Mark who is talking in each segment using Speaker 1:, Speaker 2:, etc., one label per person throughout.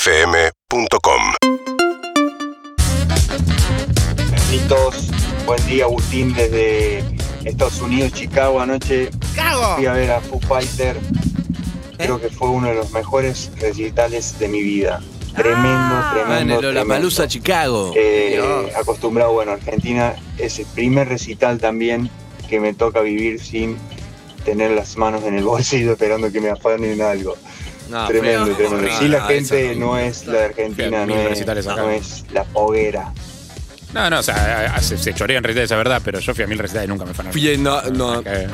Speaker 1: UrbanaPlayFM.com
Speaker 2: Carlitos, buen día Agustín desde Estados Unidos, Chicago. Anoche fui a ver a Foo Fighter. Creo que fue uno de los mejores recitales de mi vida. Tremendo,
Speaker 3: Ah, en
Speaker 2: tremendo.
Speaker 3: el Lollapalooza
Speaker 2: tremendo.
Speaker 3: Chicago.
Speaker 2: Eh,
Speaker 3: Dios.
Speaker 2: acostumbrado, bueno, Argentina es el primer recital también que me toca vivir sin tener las manos en el bolsillo esperando que me afanen algo.
Speaker 3: No,
Speaker 2: tremendo,
Speaker 3: feo.
Speaker 2: tremendo.
Speaker 3: No,
Speaker 2: si la
Speaker 3: no,
Speaker 2: gente
Speaker 3: Ah, eso
Speaker 2: no, es la de Argentina,
Speaker 4: Mil
Speaker 2: no es,
Speaker 4: recitales acá.
Speaker 2: no es la hoguera.
Speaker 4: No, no, o sea, a- a- se, se chorean recitales, es verdad, pero yo fui a mil recitales y nunca me fanaron.
Speaker 3: Fui- no,
Speaker 2: Ah,
Speaker 3: no.
Speaker 4: Que-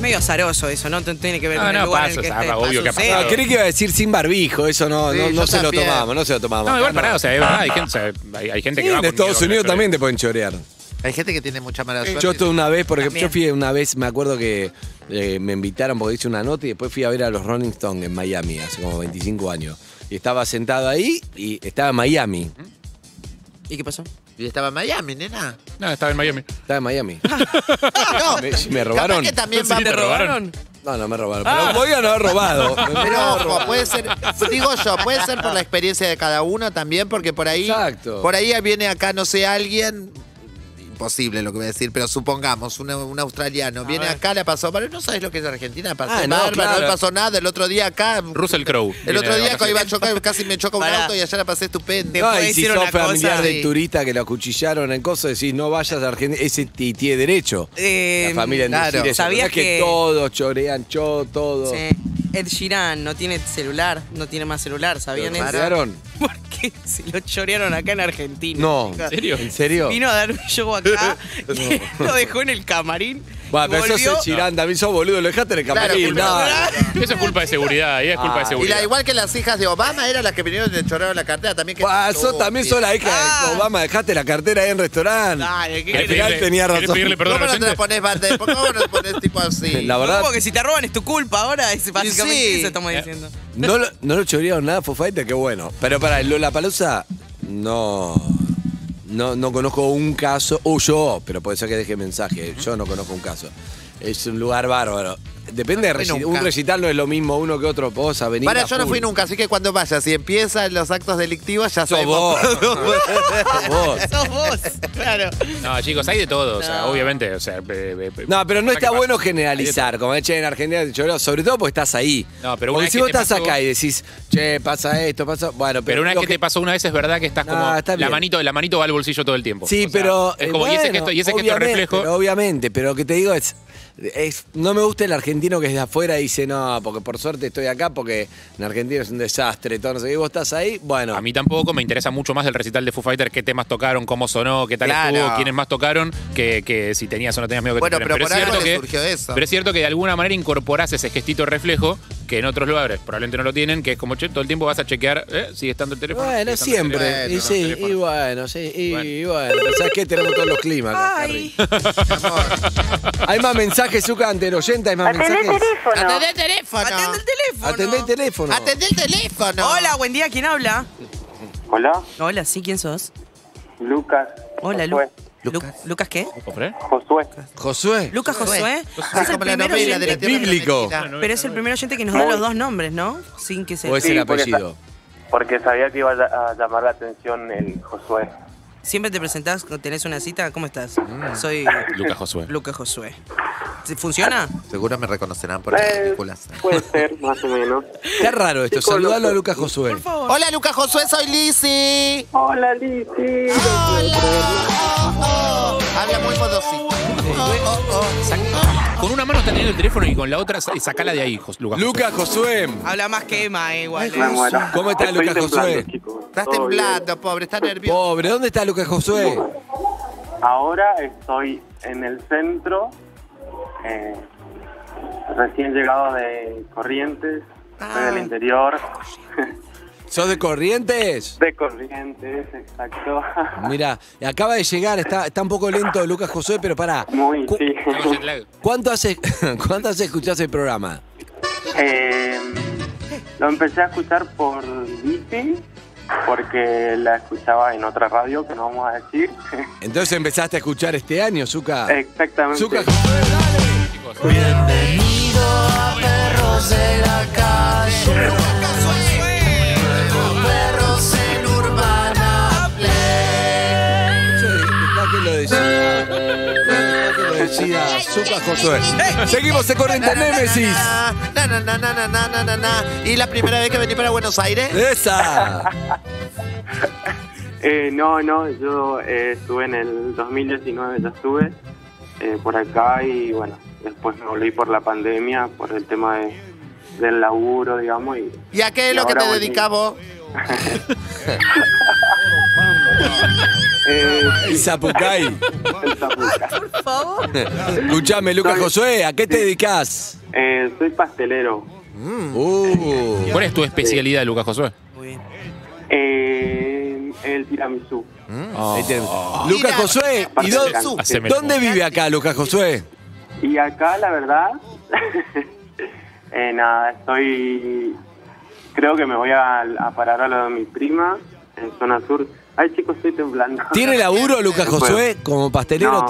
Speaker 5: Medio azaroso eso, ¿no? Tiene que ver
Speaker 4: No,
Speaker 5: con el
Speaker 4: no,
Speaker 5: lugar
Speaker 4: pasa,
Speaker 5: en el que
Speaker 4: zapa,
Speaker 5: estés.
Speaker 4: obvio que ha
Speaker 5: Sucede.
Speaker 4: pasado.
Speaker 3: Ah, creí que iba a decir sin barbijo, eso no,
Speaker 6: Sí,
Speaker 3: no, no
Speaker 6: yo
Speaker 3: se lo
Speaker 6: también.
Speaker 3: tomamos, no se lo tomamos.
Speaker 4: No,
Speaker 3: Acá
Speaker 4: igual pará, o sea, es verdad, hay gente, o sea, hay, hay gente
Speaker 3: Sí,
Speaker 4: que va
Speaker 3: en
Speaker 4: con
Speaker 3: Estados
Speaker 4: miedo a
Speaker 3: Unidos
Speaker 4: la
Speaker 3: también te pueden chorear.
Speaker 6: Hay gente que tiene mucha mala suerte.
Speaker 3: Yo estuve una vez, por ejemplo, yo
Speaker 5: También.
Speaker 3: fui una vez, me acuerdo que eh, me invitaron porque hice una nota y después fui a ver a los Rolling Stones en Miami hace como 25 años. Y estaba sentado ahí y estaba en Miami.
Speaker 5: ¿Y qué pasó?
Speaker 6: Y estaba en Miami, nena.
Speaker 4: choreo. No, estaba en Miami.
Speaker 3: Estaba en Miami.
Speaker 6: No,
Speaker 3: Me- si me robaron.
Speaker 6: Capaz que también
Speaker 4: Sí,
Speaker 6: va
Speaker 4: te
Speaker 6: por-
Speaker 4: robaron?
Speaker 3: No, no me robaron. Pero podían haber robado.
Speaker 6: Pero ojo, puede ser, digo yo, puede ser por la experiencia de cada uno también, porque por ahí,
Speaker 3: Exacto.
Speaker 6: por ahí viene acá, no sé, alguien, imposible lo que voy a decir, pero supongamos, una- un australiano, viene acá, le pasó, pero no sabes lo que es Argentina, pasó
Speaker 3: Ah, no,
Speaker 6: bárbaro, no,
Speaker 3: claro.
Speaker 6: pasó nada, el otro día acá,
Speaker 4: Russell Crowe.
Speaker 6: el otro día
Speaker 4: que
Speaker 6: iba a chocar, casi me choca un
Speaker 5: Pará.
Speaker 6: auto y allá la pasé estupendo.
Speaker 5: Te
Speaker 3: No,
Speaker 5: puedo
Speaker 3: y si
Speaker 5: decir
Speaker 3: sos
Speaker 5: una cosa,
Speaker 3: familiar del
Speaker 5: sí.
Speaker 3: turista que lo acuchillaron en cosas, decís, no vayas a Argentina, ese ti- tiene derecho.
Speaker 5: Eh,
Speaker 3: la familia en
Speaker 6: claro.
Speaker 3: decir eso.
Speaker 5: Sabías
Speaker 3: Pero es que,
Speaker 5: que-
Speaker 3: todos chorean, cho, todo.
Speaker 5: Sí. Ed Sheeran no tiene celular, no tiene más celular,
Speaker 3: ¿Lo
Speaker 5: ¿sabían eso?
Speaker 3: chorearon?
Speaker 5: ¿Por qué? Si lo chorearon acá en Argentina.
Speaker 3: No.
Speaker 5: chicas.
Speaker 4: serio?
Speaker 3: ¿En serio?
Speaker 5: Vino a dar un show acá, que lo dejó en el camarín.
Speaker 3: Va, pero
Speaker 5: volvió,
Speaker 3: sos el Chirán, también sos boludo, lo dejaste en el
Speaker 6: Claro,
Speaker 3: camarín.
Speaker 6: culpa-
Speaker 3: no.
Speaker 4: Eso es culpa de seguridad, ahí es culpa de
Speaker 3: Ah.
Speaker 6: Y
Speaker 4: seguridad.
Speaker 6: la, igual que las hijas de Obama eran las que vinieron y le choraron la cartera también. Que
Speaker 3: Buah, sos también sos la hija
Speaker 5: Ah.
Speaker 3: de Obama, dejaste la cartera ahí en restaurante.
Speaker 5: Dale, ¿qué
Speaker 4: ¿Querés
Speaker 3: Al
Speaker 5: querés?
Speaker 3: final
Speaker 4: pedirle-
Speaker 3: tenía
Speaker 4: querés
Speaker 3: razón.
Speaker 4: pedirle perdón
Speaker 6: ¿Cómo
Speaker 4: a la
Speaker 6: no te la
Speaker 4: gente?
Speaker 6: pones, bate? ¿Por qué vos no te pones tipo así?
Speaker 3: La verdad,
Speaker 5: Como que si te roban es tu culpa ahora, es básicamente
Speaker 6: sí.
Speaker 5: eso estamos diciendo.
Speaker 3: no lo, no lo chorearon nada, Foo Fighter, qué bueno. Pero para el Lollapalooza, no... No, no conozco un caso, o yo, pero puede ser que deje mensaje, yo no conozco un caso. Es un lugar bárbaro. Depende,
Speaker 4: Ah,
Speaker 3: de
Speaker 6: No fui
Speaker 3: reci- un
Speaker 6: nunca.
Speaker 3: recital no es lo mismo uno que otro, vos a venir
Speaker 6: Para,
Speaker 3: a
Speaker 6: yo no
Speaker 3: full.
Speaker 6: fui nunca, así que cuando vayas, si empiezan los actos delictivos, ya
Speaker 3: Sos
Speaker 6: sabemos.
Speaker 3: vos. Sos vos.
Speaker 5: Sos vos, claro.
Speaker 4: No, chicos, hay de todo, o sea,
Speaker 5: No.
Speaker 4: obviamente, o sea... eh, eh,
Speaker 3: No, pero no
Speaker 4: ¿qué
Speaker 3: está
Speaker 4: pasa?
Speaker 3: bueno generalizar, como che, en Argentina te choreo, sobre todo porque estás ahí.
Speaker 4: No, pero
Speaker 3: porque
Speaker 4: una vez
Speaker 3: si
Speaker 4: que
Speaker 3: vos
Speaker 4: te
Speaker 3: estás
Speaker 4: pasó-
Speaker 3: acá y decís, che, pasa esto, pasa. Bueno, pero.
Speaker 4: Pero una vez
Speaker 3: lo
Speaker 4: que te pasó una vez es verdad que estás
Speaker 3: No,
Speaker 4: como...
Speaker 3: está
Speaker 4: la,
Speaker 3: bien.
Speaker 4: manito, la manito va al bolsillo todo el tiempo.
Speaker 3: Sí,
Speaker 4: O sea,
Speaker 3: pero.
Speaker 4: Es
Speaker 3: eh,
Speaker 4: como, y ese
Speaker 3: bueno,
Speaker 4: gesto, y ese gesto
Speaker 3: obviamente,
Speaker 4: reflejo...
Speaker 3: pero obviamente, pero lo que te digo es, es- No me gusta el argentino que es de afuera y dice, no, porque por suerte estoy acá porque en Argentina es un desastre, todo, no sé qué. Vos estás ahí, bueno.
Speaker 4: A mí tampoco me interesa mucho más el recital de Foo Fighters, qué temas tocaron, cómo sonó, qué tal
Speaker 6: Claro.
Speaker 4: estuvo, quiénes más tocaron, que, que si tenías o no tenías miedo que te
Speaker 6: Bueno,
Speaker 4: tocaran.
Speaker 6: pero por
Speaker 4: es
Speaker 6: algo
Speaker 4: cierto
Speaker 6: le surgió eso.
Speaker 4: Pero es cierto que de alguna manera incorporás ese gestito reflejo que en otros lugares probablemente no lo tienen, que es como, che, todo el tiempo vas a chequear, eh, sigue estando el teléfono. sigue
Speaker 3: Bueno,
Speaker 4: estando el
Speaker 3: siempre.
Speaker 4: teléfono,
Speaker 3: y
Speaker 4: no,
Speaker 3: sí,
Speaker 4: teléfono.
Speaker 3: y bueno, sí, y bueno. Pero ¿Sabes qué? Tenemos todos los climas acá, Harry. Hay más mensajes, Zucca, ante el oyenta, hay más
Speaker 7: Atendé el
Speaker 3: mensajes.
Speaker 7: teléfono.
Speaker 6: Atendé el teléfono.
Speaker 5: Atende el teléfono.
Speaker 3: Atendé el teléfono.
Speaker 6: Atendé el teléfono.
Speaker 5: Hola, buen día, ¿quién habla?
Speaker 8: Hola,
Speaker 5: Hola, sí, ¿quién sos?
Speaker 8: Lucas.
Speaker 5: Hola, Lu
Speaker 8: Josué.
Speaker 5: Lu- ¿Lucas qué?
Speaker 4: ¿Cofre?
Speaker 8: Josué.
Speaker 3: Josué.
Speaker 5: Lucas Josué. Ah,
Speaker 6: Así
Speaker 5: Es el
Speaker 6: como la
Speaker 5: primer
Speaker 6: novela de
Speaker 5: oyente-
Speaker 6: la tierra
Speaker 3: Bíblico.
Speaker 6: prometida.
Speaker 5: Pero es el primer oyente que nos da
Speaker 8: Muy-
Speaker 5: los dos nombres, ¿no? Sin que se...
Speaker 3: O es
Speaker 8: Sí,
Speaker 3: el
Speaker 8: porque
Speaker 3: apellido.
Speaker 8: Porque sabía que iba a lla- a llamar la atención el Josué.
Speaker 5: Siempre te presentás, cuando tenés una cita, ¿cómo estás?
Speaker 6: Mm.
Speaker 5: Soy
Speaker 4: Lucas Josué.
Speaker 5: Lucas Josué. ¿Sí, ¿Funciona?
Speaker 6: Seguro me reconocerán por las
Speaker 8: Eh,
Speaker 6: películas.
Speaker 8: puede ser, más o menos.
Speaker 3: Está raro esto.
Speaker 8: Sí, con
Speaker 3: Saludalo
Speaker 8: los-
Speaker 3: a Lucas Josué.
Speaker 5: favor.
Speaker 6: Hola, Lucas Josué, soy Lizzy.
Speaker 8: Hola, Lizzy.
Speaker 6: Oh, oh. Habla muy modosito. Oh, oh, oh.
Speaker 4: Sacá- Con una mano está teniendo el teléfono y con la otra sa- sacala de ahí, Jos- Lucas.
Speaker 3: Lucas Josué.
Speaker 5: Habla más que Emma, eh, igual.
Speaker 8: Me muero.
Speaker 3: ¿Cómo estás,
Speaker 8: Estoy
Speaker 3: Lucas Josué?
Speaker 8: temblando, chicos.
Speaker 6: Estás
Speaker 8: Todo bien.
Speaker 6: temblando, pobre, estás nervioso.
Speaker 3: Pobre, ¿dónde está Lucas Josué?
Speaker 8: Ahora estoy en el centro, eh, recién llegado de Corrientes, soy del interior,
Speaker 3: ¿Sos de Corrientes?
Speaker 8: de Corrientes, exacto.
Speaker 3: Mira, acaba de llegar, está, está un poco lento Lucas Josué, pero pará.
Speaker 8: Muy,
Speaker 3: Cu-
Speaker 8: sí.
Speaker 4: Tengo jet lag.
Speaker 3: ¿Cuánto hace, ¿Cuánto hace escuchás el programa?
Speaker 8: Eh, lo empecé a escuchar por Bici, porque la escuchaba en otra radio que no vamos a decir.
Speaker 3: Entonces empezaste a escuchar este año, Zucca.
Speaker 8: Eh. Exactamente.
Speaker 3: Zucca Josué, dale.
Speaker 6: Bienvenido a Perros de la Calle.
Speaker 5: Lucas Josué.
Speaker 3: Nacida Zuka Josué.
Speaker 8: Eh.
Speaker 3: Eh, Seguimos en 40 Némesis.
Speaker 6: Na, na, na, na, na, na, na, na, na. ¿Y la primera vez que vení para Buenos Aires?
Speaker 3: ¡Esa!
Speaker 8: Eh, no, no, yo eh, estuve en el 2019, ya estuve eh, por acá y bueno, después me volví por la pandemia, por el tema de, del laburo, digamos. Y,
Speaker 6: ¿Y a qué es lo que te
Speaker 8: ahora volví.
Speaker 6: dedicás vos?
Speaker 8: Eh,
Speaker 3: El Zapucay.
Speaker 8: esta puta.
Speaker 5: Por favor.
Speaker 3: Escuchame, Lucas Josué, ¿a qué te dedicas?
Speaker 8: Eh, soy pastelero. Mm.
Speaker 3: Uh,
Speaker 4: ¿Cuál es tu especialidad, Lucas Josué?
Speaker 5: Muy bien.
Speaker 8: Eh, el tiramisú.
Speaker 3: ahí tenemos. Lucas Josué, ¿y
Speaker 8: Oh. Aparte
Speaker 3: dó-
Speaker 8: de
Speaker 3: dónde,
Speaker 4: Haceme-
Speaker 3: vive acá Lucas Josué?
Speaker 8: Y acá, la verdad, eh, nada, estoy. Creo que me voy a, a parar a lo de mi prima en zona sur. Ay, chicos, estoy temblando.
Speaker 3: ¿Tiene laburo Lucas Josué como pastelero?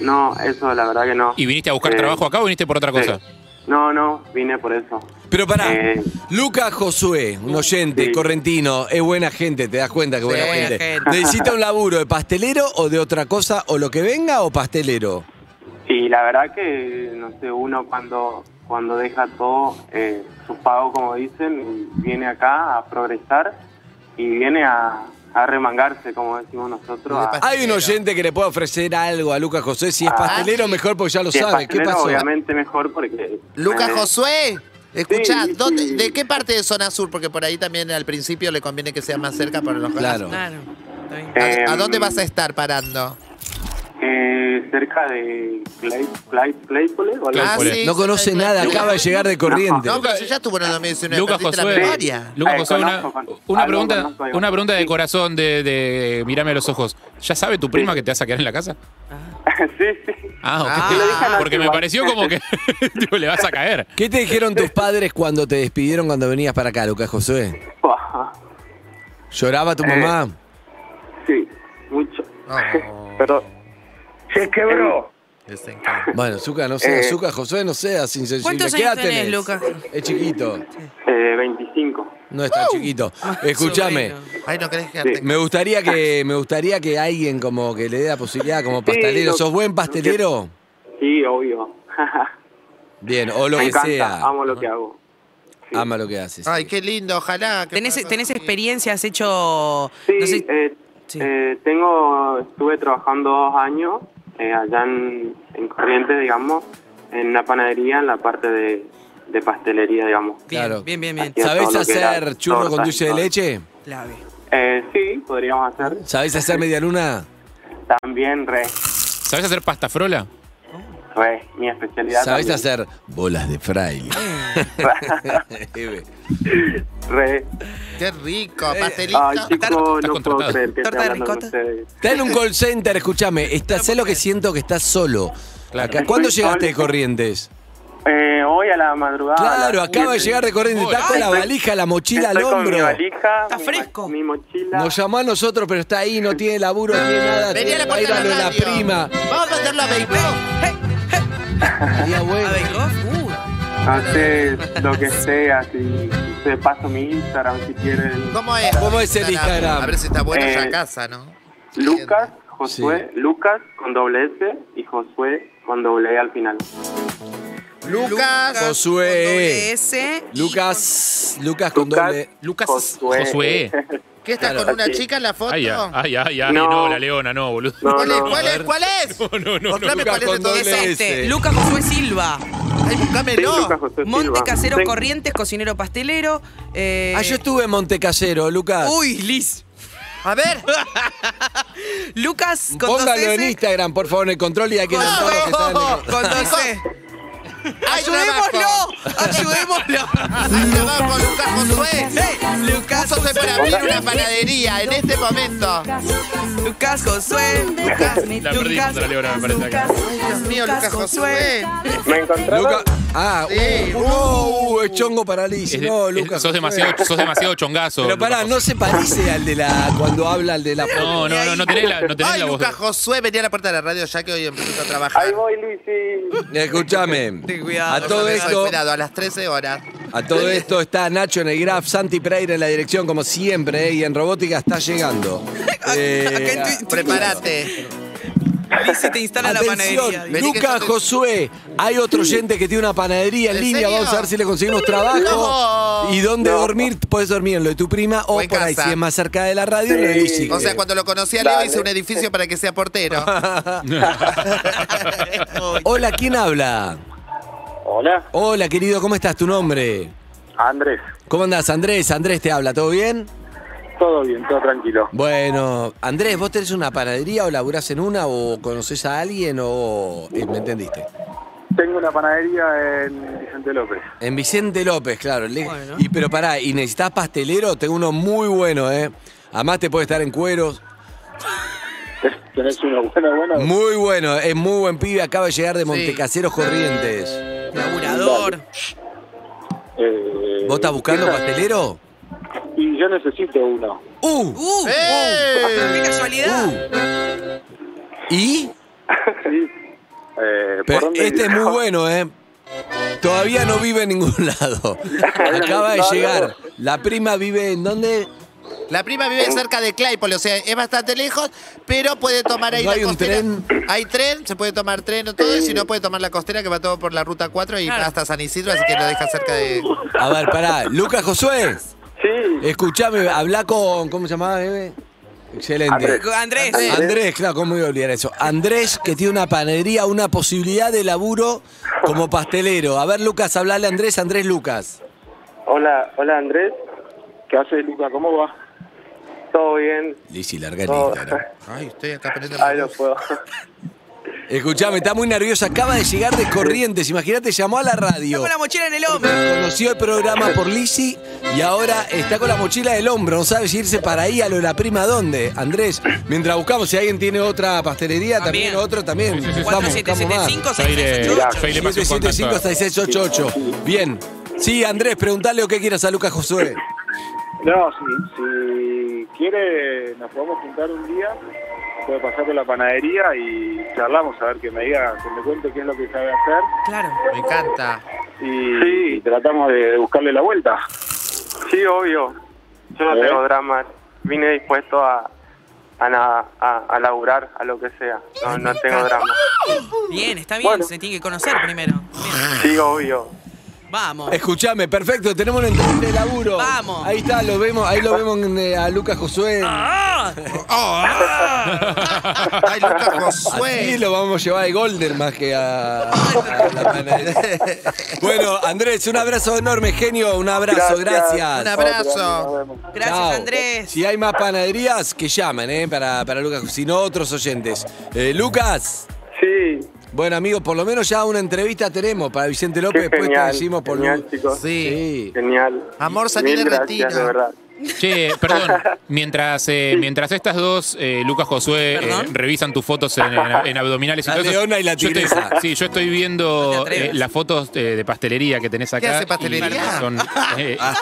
Speaker 8: No, no, eso la verdad que no.
Speaker 4: ¿Y viniste a buscar
Speaker 8: Eh,
Speaker 4: trabajo acá o viniste por otra cosa?
Speaker 8: sí. No, no, vine por eso.
Speaker 3: Pero pará,
Speaker 8: Eh.
Speaker 3: Lucas Josué, un oyente
Speaker 8: Sí.
Speaker 3: correntino, es buena gente, te das cuenta que buena
Speaker 5: Sí,
Speaker 3: gente.
Speaker 5: gente.
Speaker 3: ¿Necesita un laburo de pastelero o de otra cosa o lo que venga o pastelero?
Speaker 8: Y la verdad que, no sé, uno cuando cuando deja todo eh, su pago, como dicen, y viene acá a progresar y viene a, a remangarse, como decimos nosotros. a-
Speaker 3: Hay un oyente que le puede ofrecer algo a Lucas Josué, si es
Speaker 8: Ah,
Speaker 3: pastelero mejor porque ya lo
Speaker 8: si es
Speaker 3: sabe. ¿Qué
Speaker 8: pastelero,
Speaker 3: pasó?
Speaker 8: Obviamente mejor porque...
Speaker 6: Lucas
Speaker 8: eh,
Speaker 6: Josué, escuchá,
Speaker 8: Sí, sí.
Speaker 6: ¿dónde- ¿de qué parte de zona sur? Porque por ahí también al principio le conviene que sea más cerca para los
Speaker 3: Claro.
Speaker 5: Claro. Está bien.
Speaker 6: ¿A, a
Speaker 8: Em,
Speaker 6: dónde vas a estar parando?
Speaker 8: eh, cerca de Clay, Clay, Claypole, o algo
Speaker 4: Claro,
Speaker 6: Ah,
Speaker 8: así.
Speaker 4: por
Speaker 3: No conoce nada, acaba de llegar de corriente.
Speaker 6: No, pero yo ya estuve en el 2019.
Speaker 4: Lucas
Speaker 6: perdiste
Speaker 4: Josué,
Speaker 6: la memoria.
Speaker 4: Lucas
Speaker 8: Eh,
Speaker 4: Josué, una,
Speaker 8: conozco, conozco.
Speaker 4: una
Speaker 8: Algo
Speaker 4: pregunta,
Speaker 8: conozco, digamos.
Speaker 4: una pregunta de
Speaker 8: Sí.
Speaker 4: corazón de, de mirame a los ojos. ¿Ya sabe tu prima que te vas a quedar en la casa?
Speaker 8: sí, sí.
Speaker 4: Ah, ok.
Speaker 6: Ah. Que lo digan
Speaker 4: porque me
Speaker 8: igual.
Speaker 4: pareció como que tipo, le vas a caer.
Speaker 3: ¿Qué te dijeron tus padres cuando te despidieron cuando venías para acá, Lucas Josué?
Speaker 8: Eh.
Speaker 3: ¿Lloraba tu mamá?
Speaker 8: sí, mucho.
Speaker 6: No.
Speaker 8: Perdón.
Speaker 7: Se quebró.
Speaker 6: Desencanto.
Speaker 3: Bueno, Zuka, no seas,
Speaker 8: Eh.
Speaker 3: Zuka, Josué, no seas insensible.
Speaker 5: ¿Cuántos
Speaker 3: ¿Qué
Speaker 5: años
Speaker 3: edad tenés,
Speaker 5: tenés, Lucas?
Speaker 3: Es chiquito,
Speaker 8: Eh, 25.
Speaker 3: no es tan chiquito. Escúchame,
Speaker 5: Sobrino.
Speaker 6: Ay, no querés quedarte.
Speaker 3: me gustaría que me gustaría que alguien como que le dé la posibilidad como pastelero.
Speaker 8: lo-
Speaker 3: ¿Sos buen pastelero?
Speaker 8: Sí, obvio.
Speaker 3: Bien, o lo
Speaker 8: me
Speaker 3: que
Speaker 8: encanta,
Speaker 3: sea.
Speaker 8: amo lo que hago. Sí.
Speaker 3: Ama lo que haces.
Speaker 6: Ay, qué lindo, ojalá. que
Speaker 5: ¿Tenés,
Speaker 6: puedas
Speaker 5: tenés
Speaker 6: conseguir.
Speaker 5: experiencia? ¿Has hecho...?
Speaker 8: Sí,
Speaker 5: no sé-
Speaker 8: eh,
Speaker 5: sí.
Speaker 8: eh, tengo, estuve trabajando dos años eh, allá en, en Corrientes, digamos, en una panadería, en la parte de, de pastelería, digamos.
Speaker 5: bien,
Speaker 3: claro.
Speaker 5: bien, bien, bien.
Speaker 8: Así-
Speaker 3: ¿Sabés
Speaker 8: todo lo que era
Speaker 3: hacer churro con
Speaker 8: torta y
Speaker 3: dulce de
Speaker 8: todo.
Speaker 3: leche?
Speaker 5: Clave.
Speaker 8: Eh, sí, podríamos hacer.
Speaker 3: ¿Sabés hacer media luna?
Speaker 8: También, re,
Speaker 4: ¿Sabes hacer pasta frola?
Speaker 8: re, mi especialidad.
Speaker 3: ¿Sabés
Speaker 8: también.
Speaker 3: hacer bolas de fraile?
Speaker 8: Re.
Speaker 6: Qué rico, pastelito.
Speaker 8: Eh, Ay, chico,
Speaker 4: estás
Speaker 8: no puedo
Speaker 4: contratado.
Speaker 8: creer que esté
Speaker 5: Torta de
Speaker 8: hablando con
Speaker 5: ricota.
Speaker 8: ustedes.
Speaker 3: Está en un call center, escúchame. Está, sé lo que siento que estás solo.
Speaker 4: Claro.
Speaker 3: Acá- ¿Cuándo
Speaker 8: Estoy
Speaker 3: llegaste
Speaker 8: solo.
Speaker 3: de Corrientes?
Speaker 8: Eh, hoy a la madrugada. a
Speaker 3: Claro,
Speaker 8: las
Speaker 3: acaba de
Speaker 8: siete.
Speaker 3: llegar de Corrientes. Está
Speaker 4: Ay,
Speaker 3: con la
Speaker 8: estoy-
Speaker 3: valija, la mochila al
Speaker 8: Estoy con mi
Speaker 3: hombro.
Speaker 8: valija,
Speaker 5: Está
Speaker 8: mi-
Speaker 5: fresco.
Speaker 8: Mi mochila.
Speaker 3: Nos llamó a nosotros, pero está ahí, no tiene laburo, no tiene nada.
Speaker 6: Vení a la
Speaker 3: Ahí
Speaker 6: puerta de
Speaker 3: dale
Speaker 6: la
Speaker 3: la
Speaker 6: radio.
Speaker 3: prima.
Speaker 6: Vamos a meterlo a Bacon.
Speaker 3: Sería
Speaker 5: A
Speaker 3: bueno.
Speaker 5: ver, ¿cómo? Uh,
Speaker 8: Hace lo que sea, si te paso mi Instagram si quieren.
Speaker 6: ¿Cómo es?
Speaker 3: ¿Cómo es el Instagram?
Speaker 6: A ver si está bueno
Speaker 8: Eh,
Speaker 6: ya casa, ¿no?
Speaker 8: Lucas, Josué, Lucas con doble S y Josué con doble E al final.
Speaker 6: Lucas.
Speaker 5: con
Speaker 3: Josué.
Speaker 5: doble S.
Speaker 3: Lucas, Lucas con
Speaker 8: Lucas.
Speaker 3: doble.
Speaker 4: Lucas
Speaker 8: Josué.
Speaker 4: Josué.
Speaker 6: ¿Qué estás
Speaker 3: Claro.
Speaker 6: con una chica en la foto?
Speaker 4: Ay, ya, ay, ay, ay, no.
Speaker 8: No.
Speaker 4: la leona, no, boludo.
Speaker 8: No,
Speaker 6: ¿Cuál es?
Speaker 8: no.
Speaker 6: ¿Cuál es? ¿Cuál es?
Speaker 4: No, no, no.
Speaker 6: Mostrame
Speaker 3: Lucas
Speaker 6: cuál es
Speaker 3: con
Speaker 6: de todo
Speaker 5: Es
Speaker 3: doble
Speaker 6: eso.
Speaker 5: este.
Speaker 3: S.
Speaker 5: Lucas Josué Silva.
Speaker 6: Ay,
Speaker 8: Sí,
Speaker 6: buscámelo.
Speaker 8: Lucas Josué
Speaker 5: Monte
Speaker 8: Silva.
Speaker 5: Casero
Speaker 8: Ten-
Speaker 5: Corrientes, cocinero pastelero. eh,
Speaker 3: Ah, yo estuve en Montecasero, Lucas.
Speaker 5: Uy, Liz.
Speaker 6: A ver.
Speaker 5: Lucas con dos
Speaker 3: Póngalo en
Speaker 5: S.
Speaker 3: Instagram, por favor, en el control y aquí en todo lo que está en el-
Speaker 5: Con dos S.
Speaker 6: Hay trabajo.
Speaker 5: ¡Ayudémoslo! ¡Ayudémoslo!
Speaker 6: Hay trabajo, Lucas Josué.
Speaker 5: Eh, Lucas,
Speaker 6: Vos sos de para abrir una panadería en este momento.
Speaker 5: Lucas Josué.
Speaker 4: La perdimos a la leona, me parece acá.
Speaker 6: Ay, Dios mío, Lucas Josué.
Speaker 8: ¿Me encontraron?
Speaker 3: Luca- ah,
Speaker 6: Sí.
Speaker 3: uh, no, uh, es chongo para Liz.
Speaker 4: Es de-
Speaker 3: no,
Speaker 4: es-
Speaker 3: Lucas.
Speaker 4: sos, demasiado, sos demasiado chongazo.
Speaker 3: Pero
Speaker 4: Lucas
Speaker 3: pará, no se parece al de la. cuando habla al de la.
Speaker 4: No, no, no, no tenés la, no tenés
Speaker 6: Ay,
Speaker 4: la voz.
Speaker 6: Lucas Josué, venía a la puerta de la radio ya que hoy empezó a
Speaker 8: Ahí
Speaker 6: trabajar.
Speaker 8: voy, Lizzy.
Speaker 3: Escúchame.
Speaker 5: Ten cuidado.
Speaker 3: A todo
Speaker 6: Yo me doy
Speaker 3: esto.
Speaker 6: Cuidado, a las 13 horas.
Speaker 3: A todo esto está Nacho en el graph, Santi Pereira en la dirección, como siempre, ¿eh? y en robótica está llegando.
Speaker 5: Acá en Twitter.
Speaker 6: Prepárate.
Speaker 5: Lizzy te instala la panadería.
Speaker 3: Atención,
Speaker 5: dice.
Speaker 3: Lucas Josué, hay otro oyente que tiene una panadería en
Speaker 6: ¿En
Speaker 3: línea,
Speaker 6: serio?
Speaker 3: vamos a ver si le conseguimos trabajo
Speaker 6: No.
Speaker 3: y dónde
Speaker 2: No.
Speaker 3: dormir, puedes dormir en lo de tu prima o
Speaker 6: O en
Speaker 3: por ahí,
Speaker 6: casa.
Speaker 3: si es más cerca de la radio,
Speaker 2: Sí.
Speaker 3: lo de Lizzy.
Speaker 6: O sea,
Speaker 3: Eh,
Speaker 6: cuando lo conocí a Leo
Speaker 2: Dale.
Speaker 6: hice un edificio para que sea portero.
Speaker 3: Eh, Hola, ¿quién habla?
Speaker 7: Hola,
Speaker 3: Hola, querido, ¿cómo estás? ¿Tu nombre?
Speaker 7: Andrés.
Speaker 3: ¿Cómo andás, Andrés? Andrés te habla, ¿todo bien?
Speaker 7: Todo bien, todo tranquilo.
Speaker 3: Bueno, Andrés, ¿vos tenés una panadería o laburás en una o conocés a alguien o... eh, ¿Me entendiste?
Speaker 7: Tengo una panadería en Vicente López.
Speaker 3: En Vicente López, claro. le-
Speaker 5: Bueno.
Speaker 3: Y pero pará, ¿y necesitas pastelero? Tengo uno muy bueno, ¿eh? Además te puede estar en cueros.
Speaker 7: ¿Tenés uno bueno, bueno?
Speaker 3: Muy bueno, es muy buen pibe. Acaba de llegar de Montecaseros Corrientes.
Speaker 5: Laburador.
Speaker 7: Eh,
Speaker 3: ¿Vos estás buscando pastelero?
Speaker 7: Y yo necesito uno.
Speaker 3: ¡Uh!
Speaker 5: ¡Uh! ¡Qué
Speaker 6: ¡Eh!
Speaker 5: casualidad!
Speaker 3: ¡Uh! ¿Y?
Speaker 7: Sí. Eh, ¿por
Speaker 3: Pero
Speaker 7: dónde
Speaker 3: este es
Speaker 7: vivo?
Speaker 3: muy bueno, ¿eh? Todavía no vive en ningún lado. Acaba de
Speaker 7: No, no.
Speaker 3: llegar. La prima vive en dónde?
Speaker 6: La prima vive cerca de Claypole, o sea, es bastante lejos, pero puede tomar ahí
Speaker 3: ¿No
Speaker 6: la
Speaker 3: hay un
Speaker 6: costera.
Speaker 3: tren?
Speaker 6: Hay tren, se puede tomar tren o todo, y si no puede tomar la costera que va todo por la ruta 4 y
Speaker 5: Claro.
Speaker 6: va hasta San Isidro, así que lo deja cerca de.
Speaker 3: A ver, pará. Lucas Josué,
Speaker 7: Sí,
Speaker 3: escuchame, habla con. ¿Cómo se llamaba, bebé? Excelente.
Speaker 7: Andrés.
Speaker 5: Andrés.
Speaker 3: Uh. Andrés, claro, ¿cómo iba a olvidar eso? Andrés, que tiene una panadería, una posibilidad de laburo como pastelero. A ver, Lucas, hablale a Andrés, Andrés Lucas.
Speaker 7: Hola, hola Andrés. ¿Qué haces, Luca? ¿Cómo va? Todo bien.
Speaker 3: Lizzy, larga el
Speaker 7: No.
Speaker 3: Instagram.
Speaker 6: Ay, estoy acá poniendo la
Speaker 7: Ahí no
Speaker 6: luz.
Speaker 7: puedo.
Speaker 3: Escuchame, está muy nerviosa. Acaba de llegar de Corrientes. Imagínate, llamó a la
Speaker 5: Está
Speaker 3: radio.
Speaker 5: con la mochila en el hombro.
Speaker 3: Conoció el programa por Lizzy y ahora está con la mochila del hombro. No sabe si irse para ahí a lo de la prima a dónde. Andrés, mientras buscamos si alguien tiene otra pastelería, también,
Speaker 5: También.
Speaker 3: otro, también. Buscamos, buscamos más.
Speaker 5: 4775
Speaker 4: Feire, Feire pasó un contacto.
Speaker 3: 775-6688. Bien. Sí, Andrés, preguntale lo que quieras a Lucas Josué.
Speaker 7: No, si, si quiere, nos podemos juntar un día. Puede pasar por la panadería y charlamos a ver que me diga, que me cuente qué es lo que sabe hacer.
Speaker 5: Claro.
Speaker 6: Me encanta.
Speaker 7: y tratamos de buscarle la vuelta.
Speaker 8: Sí, obvio. Yo no
Speaker 7: ¿Eh?
Speaker 8: tengo dramas. Vine dispuesto a, a, na- a, a laburar, a lo que sea. No, no tengo drama.
Speaker 5: Bien, está bien.
Speaker 8: Bueno.
Speaker 5: Se tiene que conocer primero. Bien.
Speaker 8: Sí, obvio.
Speaker 5: Vamos.
Speaker 3: Escuchame, perfecto, tenemos una entrevista de laburo.
Speaker 5: Vamos. Ah,
Speaker 3: Ahí está, lo vemos, ahí lo vemos en, eh, a Lucas Josué.
Speaker 4: Ah.
Speaker 6: Ay, Lucas
Speaker 3: Así
Speaker 6: Josué.
Speaker 3: lo vamos a llevar a Golden más que a, a la panadería. Bueno, Andrés, un abrazo enorme, genio, un abrazo, gracias.
Speaker 6: Un abrazo.
Speaker 7: Nos vemos.
Speaker 5: Gracias,
Speaker 3: Chao.
Speaker 5: Andrés.
Speaker 3: Si hay más panaderías, que llamen, ¿eh? Para, para Lucas, si no, otros oyentes. Eh, Lucas.
Speaker 8: Sí,
Speaker 3: Bueno, amigos, por lo menos ya una entrevista tenemos para Vicente López.
Speaker 8: qué
Speaker 3: Después
Speaker 8: genial.
Speaker 3: te decimos por
Speaker 8: genial,
Speaker 3: Lu-
Speaker 8: chicos.
Speaker 3: Sí.
Speaker 6: Sí.
Speaker 8: Genial.
Speaker 6: Amor, salí
Speaker 8: Mil
Speaker 6: de
Speaker 8: gracias,
Speaker 6: retiro.
Speaker 8: de verdad.
Speaker 4: Che, perdón, mientras, eh, mientras estas dos, eh, Lucas Josué, eh,
Speaker 5: ¿Perdón?
Speaker 4: revisan tus fotos en, en- en abdominales y
Speaker 3: La
Speaker 4: todo eso,
Speaker 3: leona y la
Speaker 4: yo estoy-
Speaker 3: tigresa.
Speaker 4: sí, yo estoy
Speaker 5: No
Speaker 4: viendo
Speaker 5: te atrevas.
Speaker 4: eh, las fotos eh, de pastelería que tenés acá.
Speaker 6: hace
Speaker 4: y
Speaker 6: pastelería?
Speaker 4: son, eh,
Speaker 5: Ah.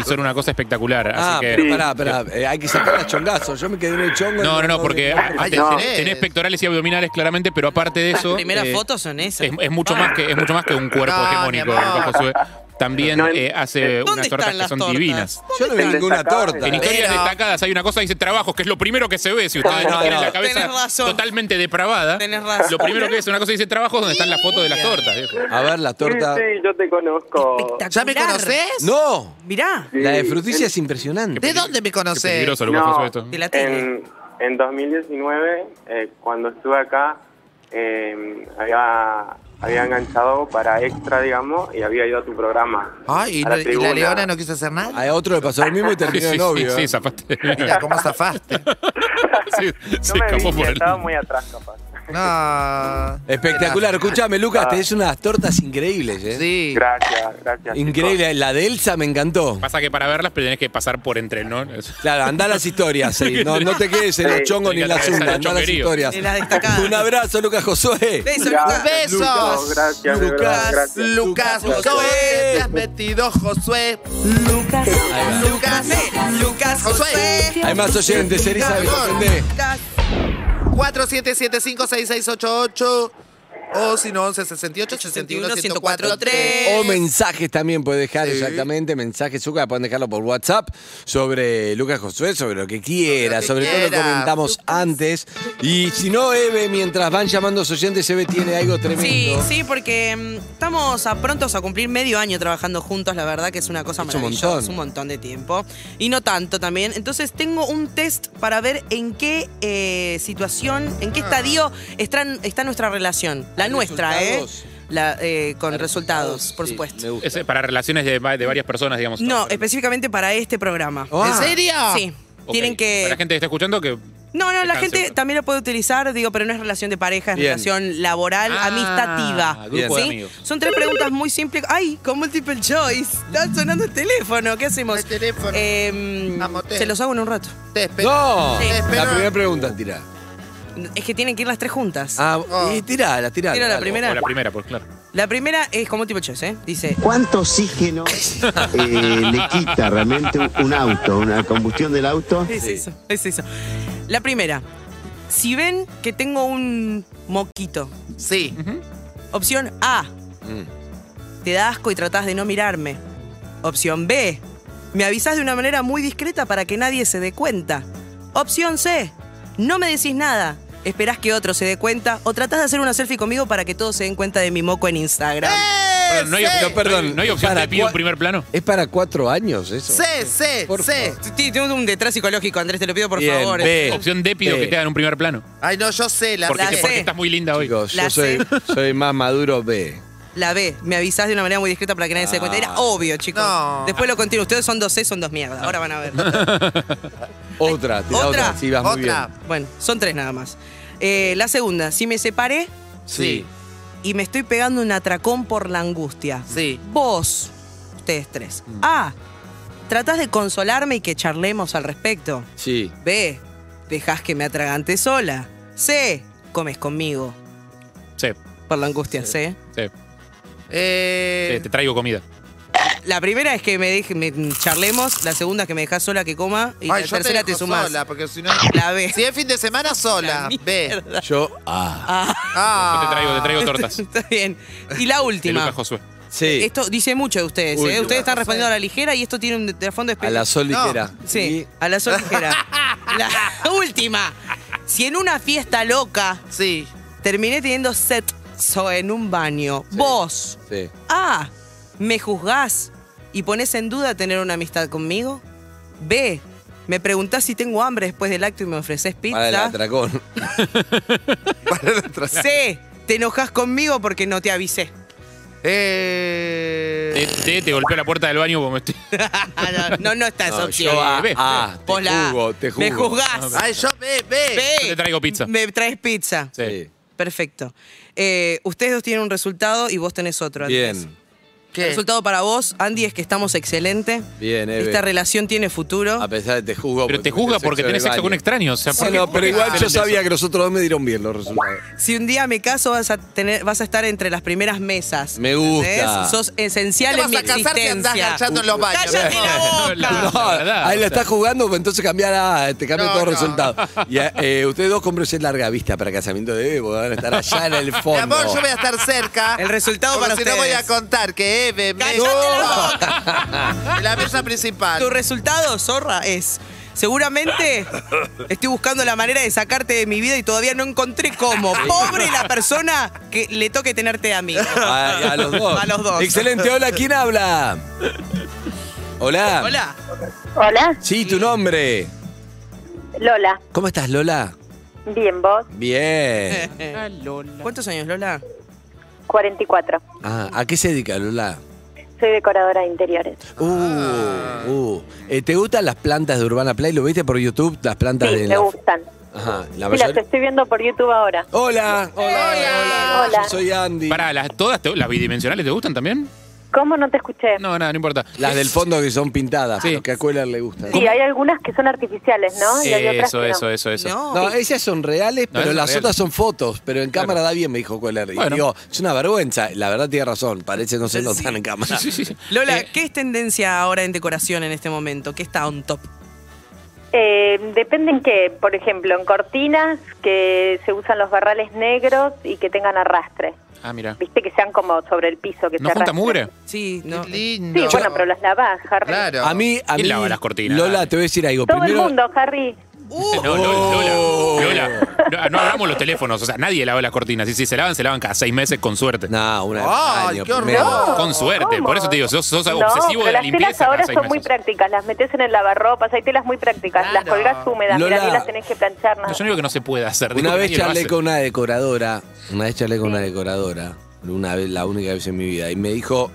Speaker 4: y son una cosa espectacular. así
Speaker 3: Ah,
Speaker 4: que-
Speaker 3: pero pará, pará. eh, hay que sacar las chongazos. Yo me quedé en el chongo.
Speaker 4: No, no, no, porque
Speaker 6: Ay,
Speaker 4: te-
Speaker 6: no.
Speaker 4: tenés- tenés pectorales y abdominales claramente, pero aparte de
Speaker 5: Las
Speaker 4: eso.
Speaker 5: primeras
Speaker 4: eh,
Speaker 5: fotos son esas.
Speaker 4: es, es mucho más que, es mucho más que un cuerpo
Speaker 6: No,
Speaker 4: hegemónico,
Speaker 6: Ah, mi amor.
Speaker 4: Lucas Josué. También
Speaker 8: No, en-
Speaker 4: eh, hace
Speaker 5: ¿Dónde
Speaker 4: unas tortas
Speaker 5: están
Speaker 4: que
Speaker 5: las
Speaker 4: son
Speaker 5: tortas?
Speaker 4: divinas.
Speaker 3: Yo no vi
Speaker 8: El
Speaker 3: ninguna
Speaker 8: destacado
Speaker 3: torta.
Speaker 4: En historias
Speaker 6: Pero-
Speaker 4: destacadas hay una cosa que dice trabajos, que es lo primero que se ve. Si ustedes no,
Speaker 3: No,
Speaker 4: tienen
Speaker 3: no.
Speaker 4: la cabeza
Speaker 5: Tenés razón.
Speaker 4: totalmente depravada,
Speaker 5: Tenés razón.
Speaker 4: lo primero que es una cosa que dice trabajos donde están las fotos de las tortas. viejo.
Speaker 3: A ver, la
Speaker 8: Sí,
Speaker 3: torta.
Speaker 8: sí, yo te conozco.
Speaker 5: Espectacular.
Speaker 6: ¿Ya me conoces?
Speaker 3: ¡No!
Speaker 5: Mirá,
Speaker 3: La de
Speaker 8: Sí.
Speaker 3: frutilla es impresionante.
Speaker 6: ¿De dónde me
Speaker 4: Qué
Speaker 6: conoces?
Speaker 4: peligroso, Lucas,
Speaker 8: No.
Speaker 4: Josué, esto.
Speaker 5: de la tele.
Speaker 8: En, en 2019, eh, cuando estuve acá, eh, había, había enganchado para extra, digamos, y había ido a tu programa.
Speaker 6: Ay, Ah, ¿y
Speaker 8: A
Speaker 6: la, y la
Speaker 8: tribuna.
Speaker 6: leona no quiso hacer nada?
Speaker 3: A otro le pasó lo mismo y
Speaker 4: Sí,
Speaker 3: terminó de
Speaker 4: sí,
Speaker 3: novio. ¿eh?
Speaker 4: sí, sí, zafaste.
Speaker 6: Mira, ¿cómo zafaste?
Speaker 4: Sí,
Speaker 8: No
Speaker 4: se
Speaker 8: me
Speaker 4: escapó
Speaker 8: viste,
Speaker 4: por el-
Speaker 8: estaba muy atrás, capaz.
Speaker 6: No.
Speaker 3: Espectacular. Escuchame, Lucas, tenés unas tortas increíbles, ¿eh?
Speaker 6: Sí.
Speaker 8: Gracias, gracias.
Speaker 3: Increíble. La de Elsa me encantó.
Speaker 4: Pasa que para verlas tenés que pasar por entre, ¿no? Es-
Speaker 3: Claro, andá a las historias, sí. no, no te quedes en los
Speaker 8: Sí,
Speaker 3: chongos ni en la
Speaker 4: tenés que
Speaker 3: zunda, andá
Speaker 4: atravesar el
Speaker 3: a las
Speaker 4: chonguerío.
Speaker 3: historias.
Speaker 5: En las destacadas.
Speaker 3: Un abrazo, Lucas Josué.
Speaker 5: Beso,
Speaker 8: Gracias.
Speaker 5: Lucas.
Speaker 6: Besos.
Speaker 8: No, gracias, de verdad,
Speaker 3: Lucas,
Speaker 8: gracias.
Speaker 3: Lucas
Speaker 6: Lucas Josué,
Speaker 3: Josué.
Speaker 6: te has metido Josué.
Speaker 5: Lucas.
Speaker 3: va.
Speaker 5: Lucas. Lucas. José.
Speaker 3: Hay más oyentes, Elizabeth, atendé.
Speaker 5: Lucas.
Speaker 6: 47756688. O si no, 11 68 61 104
Speaker 5: 3.
Speaker 3: O mensajes también puede dejar,
Speaker 6: Sí.
Speaker 3: exactamente. Mensajes, Zucca, pueden dejarlo por WhatsApp sobre Lucas Josué, sobre lo que quiera,
Speaker 6: Lo que
Speaker 3: sobre todo lo
Speaker 6: quiera.
Speaker 3: comentamos antes. Y si no, Eve, mientras van llamando a los oyentes, Eve tiene algo tremendo.
Speaker 5: Sí, sí, porque mm, estamos a prontos a cumplir medio año trabajando juntos, la verdad que es una cosa
Speaker 3: Es un
Speaker 5: maravillosa,
Speaker 3: montón.
Speaker 5: es un montón de tiempo. Y no tanto también. Entonces tengo un test para ver en qué eh, situación, en qué estadio están- está nuestra relación. La
Speaker 3: Ah. ¿Hay
Speaker 5: nuestra,
Speaker 3: resultados?
Speaker 5: ¿eh? La, eh, con
Speaker 3: Hay
Speaker 5: resultados, por
Speaker 3: sí,
Speaker 5: supuesto.
Speaker 3: me gusta.
Speaker 4: Es, eh, para relaciones de, va- de varias personas, digamos.
Speaker 5: No, eh,
Speaker 4: Ok,
Speaker 5: específicamente para este programa.
Speaker 3: Ah,
Speaker 6: ¿En serio?
Speaker 5: Sí. Tienen que.
Speaker 4: para la gente que está escuchando, que.
Speaker 5: No, no, la
Speaker 4: Descanse
Speaker 5: gente
Speaker 4: uno.
Speaker 5: también lo puede utilizar, digo, pero no es relación de pareja, es
Speaker 3: Bien.
Speaker 5: relación laboral,
Speaker 4: Ah,
Speaker 5: amistativa.
Speaker 4: grupo de
Speaker 5: ¿sí?
Speaker 4: amigos.
Speaker 5: Son tres preguntas muy simples. ¡Ay! Con multiple choice. Está sonando el teléfono. ¿Qué hacemos?
Speaker 6: El teléfono.
Speaker 5: Eh,
Speaker 6: Vamos, te-
Speaker 5: se los hago en un rato.
Speaker 6: Te espero.
Speaker 3: ¡No!
Speaker 5: Sí.
Speaker 3: La
Speaker 6: Espera.
Speaker 3: primera pregunta, tira.
Speaker 5: Es que tienen que ir las tres juntas.
Speaker 3: Ah,
Speaker 6: Oh.
Speaker 3: y tirala, tirala.
Speaker 5: Tira la
Speaker 3: dale.
Speaker 5: primera.
Speaker 4: O la primera, pues claro.
Speaker 5: La primera es con multiple choice, ¿eh? Dice,
Speaker 9: ¿Cuánto oxígeno eh, le quita realmente un auto, una combustión del auto?
Speaker 5: Es
Speaker 3: Sí.
Speaker 5: eso, es eso. La primera. Si ven que tengo un moquito,
Speaker 6: Sí.
Speaker 5: opción A,
Speaker 3: Mm.
Speaker 5: te das asco y tratás de no mirarme. Opción B, me avisas de una manera muy discreta para que nadie se dé cuenta. Opción C, no me decís nada. Esperás que otro se dé cuenta o tratás de hacer una selfie conmigo para que todos se den cuenta de mi moco en Instagram.
Speaker 4: Perdón, no, hay,
Speaker 6: sí.
Speaker 4: opción-
Speaker 3: No, perdón,
Speaker 4: no hay- no hay opción
Speaker 3: para
Speaker 4: de pido
Speaker 3: cua-
Speaker 4: en primer plano.
Speaker 3: ¿Es para cuatro años eso?
Speaker 6: Sí, sí,
Speaker 3: Por
Speaker 6: sí.
Speaker 3: favor.
Speaker 5: Sí, Tengo un detrás psicológico, Andrés, te lo pido por
Speaker 3: Bien,
Speaker 5: favor.
Speaker 3: B.
Speaker 4: Opción D pido
Speaker 3: Sí.
Speaker 4: que te hagan un primer plano.
Speaker 6: Ay, no, yo sé la
Speaker 4: Porque,
Speaker 5: la
Speaker 4: te-
Speaker 5: C.
Speaker 4: porque estás muy linda hoy.
Speaker 3: Chicos, yo
Speaker 5: La
Speaker 3: soy,
Speaker 5: C.
Speaker 3: soy más maduro B.
Speaker 5: La B, me avisás de una manera muy discreta para que nadie se dé cuenta. Era
Speaker 3: Ah.
Speaker 5: obvio, chicos.
Speaker 6: No.
Speaker 5: Después lo continúo. Ustedes son dos C, son dos mierdas. Ahora van a ver.
Speaker 3: Otra, tira otra.
Speaker 5: ¿Otra?
Speaker 3: Sí, vas muy bien.
Speaker 6: Otra.
Speaker 5: bueno, son tres nada más. Eh, la segunda, si me separé
Speaker 3: Sí.
Speaker 5: y me estoy pegando un atracón por la angustia.
Speaker 6: Sí.
Speaker 5: Vos, ustedes tres. A, tratás de consolarme y que charlemos al respecto.
Speaker 3: Sí.
Speaker 5: B, dejás que me atragante sola. C, comes conmigo.
Speaker 4: Sí,
Speaker 5: Por la angustia, C.
Speaker 4: sí.
Speaker 6: Eh,
Speaker 4: Te, te traigo comida.
Speaker 5: La primera es que me, deje, me mm, charlemos, la segunda es que me dejas sola que coma y
Speaker 6: ay,
Speaker 5: la
Speaker 6: yo te,
Speaker 5: tercera
Speaker 6: dejo
Speaker 5: te, sumás.
Speaker 6: sola, porque si no...
Speaker 5: La B.
Speaker 6: Si es fin de semana, sola. Ve.
Speaker 3: Yo, ah.
Speaker 6: Ah.
Speaker 4: Yo te traigo, te traigo tortas.
Speaker 5: Está bien. Y la
Speaker 4: De
Speaker 5: última.
Speaker 4: Lucas Josué.
Speaker 3: Sí.
Speaker 5: Esto dice mucho de ustedes, ¿eh?
Speaker 3: Última.
Speaker 5: Ustedes están respondiendo a la ligera y esto tiene un trasfondo
Speaker 3: A
Speaker 5: especial.
Speaker 3: la sol
Speaker 6: No.
Speaker 3: ligera.
Speaker 5: Sí, a la sol ligera. la última. Si en una fiesta loca
Speaker 6: Ah. Sí.
Speaker 5: terminé teniendo sexo en un baño, vos,
Speaker 3: Sí.
Speaker 5: A, me juzgás y pones en duda tener una amistad conmigo. B, me preguntás si tengo hambre después del acto y me ofreces
Speaker 3: Para el
Speaker 5: pizza.
Speaker 3: atracón.
Speaker 5: C, te enojas conmigo porque no te avisé.
Speaker 4: Te,
Speaker 6: Eh,
Speaker 4: te, te golpeó la puerta del baño porque me estoy.
Speaker 5: no, no está esa
Speaker 3: No,
Speaker 5: opción.
Speaker 3: yo A,
Speaker 4: Ve,
Speaker 3: A, te
Speaker 5: Pon la A.
Speaker 3: juzgo, te
Speaker 5: Me
Speaker 3: juzgo.
Speaker 5: juzgás.
Speaker 6: ay, yo ve, ve.
Speaker 5: B,
Speaker 4: Yo te traigo pizza.
Speaker 5: Me traes pizza.
Speaker 4: Sí.
Speaker 3: Sí.
Speaker 5: Perfecto. Eh, ustedes dos tienen un resultado y vos tenés otro. Andrés.
Speaker 3: Bien,
Speaker 5: El
Speaker 6: ¿Qué?
Speaker 5: resultado para vos, Andy, es que estamos excelente.
Speaker 3: bien, Eve.
Speaker 5: Esta relación tiene futuro.
Speaker 3: A pesar de te juzgo.
Speaker 4: Pero te juzga
Speaker 3: tuviste
Speaker 4: porque
Speaker 3: en
Speaker 4: tenés
Speaker 3: el
Speaker 4: sexo con
Speaker 3: baño.
Speaker 4: extraños. O sea, ¿por qué-
Speaker 3: Bueno,
Speaker 4: por
Speaker 3: pero
Speaker 4: qué
Speaker 3: igual yo
Speaker 4: hacen
Speaker 3: sabía
Speaker 4: eso?
Speaker 3: que los otros dos me dieron bien los resultados.
Speaker 5: Si un día me caso, vas a, tener, vas a estar entre las primeras mesas.
Speaker 3: Me gusta.
Speaker 5: ¿Entendés? Sos esencial
Speaker 6: Te
Speaker 5: en
Speaker 6: vas
Speaker 5: mi
Speaker 6: a casar si andás
Speaker 5: existencia.
Speaker 6: agachando en los baños.
Speaker 5: ¡Cállate la boca!
Speaker 4: La
Speaker 3: No,
Speaker 4: verdad,
Speaker 3: ahí Ah, la
Speaker 4: o sea.
Speaker 3: estás jugando, pues entonces cambia la A, te cambia
Speaker 6: No,
Speaker 3: todo el
Speaker 6: no.
Speaker 3: resultado. Y eh, ustedes dos cómprense larga vista para casamiento de Eve, porque van a estar allá en el
Speaker 6: Mi
Speaker 3: fondo.
Speaker 6: amor, yo voy a estar cerca.
Speaker 5: El resultado
Speaker 6: porque
Speaker 5: para
Speaker 6: si
Speaker 5: ustedes.
Speaker 6: no voy a contar que Eve me...
Speaker 5: ¡Cállate la
Speaker 6: En la mesa principal.
Speaker 5: Tu resultado, zorra, es. Seguramente estoy buscando la manera de sacarte de mi vida y todavía no encontré cómo. Pobre la persona que le toque tenerte a mí.
Speaker 3: Ah, A, a los dos.
Speaker 5: A los dos.
Speaker 3: Excelente, hola, ¿quién habla? Hola.
Speaker 5: Hola.
Speaker 10: Hola,
Speaker 3: Sí, tu nombre.
Speaker 10: Lola.
Speaker 3: ¿Cómo estás, Lola?
Speaker 10: Bien, vos,
Speaker 3: Bien.
Speaker 5: ¿Cuántos años, Ah, Lola?
Speaker 10: 44.
Speaker 3: Ah, ¿A qué se dedica, Lola?
Speaker 10: Soy decoradora de interiores.
Speaker 3: Uh, uh. Eh, ¿Te gustan las plantas de Urbana Play? ¿Lo viste por YouTube? Las plantas
Speaker 10: Sí,
Speaker 3: de.
Speaker 10: me
Speaker 3: la-
Speaker 10: gustan.
Speaker 3: Ajá, la
Speaker 10: Sí, las
Speaker 3: mayoría-
Speaker 10: estoy viendo por YouTube ahora.
Speaker 3: Hola. Hola. Hola.
Speaker 10: Hola.
Speaker 3: Yo soy Andy.
Speaker 4: Pará, las, todas te- las bidimensionales te gustan también?
Speaker 10: ¿Cómo no te escuché?
Speaker 4: No, nada, no importa.
Speaker 3: Las del fondo que son pintadas,
Speaker 4: Sí.
Speaker 3: lo que a Cuelar le gusta.
Speaker 10: Sí, hay algunas que son artificiales, ¿no? Y hay otras
Speaker 4: Eso,
Speaker 10: que no.
Speaker 4: eso, eso, eso.
Speaker 5: No.
Speaker 3: No, esas son reales,
Speaker 4: No,
Speaker 3: pero
Speaker 4: esas
Speaker 3: las
Speaker 4: son
Speaker 3: otras son fotos. Pero en cámara da bien, me dijo Cuelar. Y
Speaker 4: Bueno.
Speaker 3: digo, es una vergüenza. La verdad tiene razón, parece no se
Speaker 5: Sí.
Speaker 3: notan en cámara.
Speaker 4: Sí, sí, sí.
Speaker 5: Lola,
Speaker 4: Eh,
Speaker 5: ¿qué es tendencia ahora en decoración en este momento? ¿Qué está on top?
Speaker 10: Eh, depende en qué. Por ejemplo, en cortinas que se usan los barrales negros y que tengan arrastre.
Speaker 4: Ah, mira.
Speaker 11: Viste que sean como sobre el piso. que
Speaker 4: ¿No junta
Speaker 11: se arrastran.
Speaker 4: mugre?
Speaker 5: Sí, no.
Speaker 6: Lindo.
Speaker 11: Sí, bueno, pero las lavás, Harry.
Speaker 6: Claro.
Speaker 3: A mí, a
Speaker 4: ¿Quién
Speaker 3: mí.
Speaker 4: lava las cortinas?
Speaker 3: Lola, te voy a decir algo.
Speaker 11: Todo
Speaker 3: Primero,
Speaker 11: el mundo, Harry.
Speaker 4: No,
Speaker 3: Uh.
Speaker 4: Lola, Lola, Lola. No, no abramos los teléfonos, o sea, nadie lava las cortinas. Y si se lavan, se lavan cada seis meses con suerte.
Speaker 3: No, una vez
Speaker 6: Ay,
Speaker 3: al año,
Speaker 6: qué horror.
Speaker 3: primero.
Speaker 4: Con suerte,
Speaker 11: ¿Cómo?
Speaker 4: por eso te digo, sos, sos
Speaker 11: No,
Speaker 4: obsesivo
Speaker 11: pero
Speaker 4: de la
Speaker 11: las telas
Speaker 4: limpieza.
Speaker 11: ahora
Speaker 4: cada
Speaker 11: son
Speaker 4: seis
Speaker 11: muy
Speaker 4: meses.
Speaker 11: prácticas. Las metes en el lavarropas, hay telas muy prácticas. Las
Speaker 6: Claro.
Speaker 11: colgás húmedas,
Speaker 3: Lola-
Speaker 11: mirá, ni las tenés que planchar
Speaker 4: No,
Speaker 11: nada.
Speaker 4: yo no digo que no se puede hacer. digo
Speaker 3: Una
Speaker 4: que
Speaker 3: vez
Speaker 4: nadie lo
Speaker 3: charlé
Speaker 4: hace.
Speaker 3: con una decoradora, una vez charlé con una decoradora, una vez, la única vez en mi vida, y me dijo,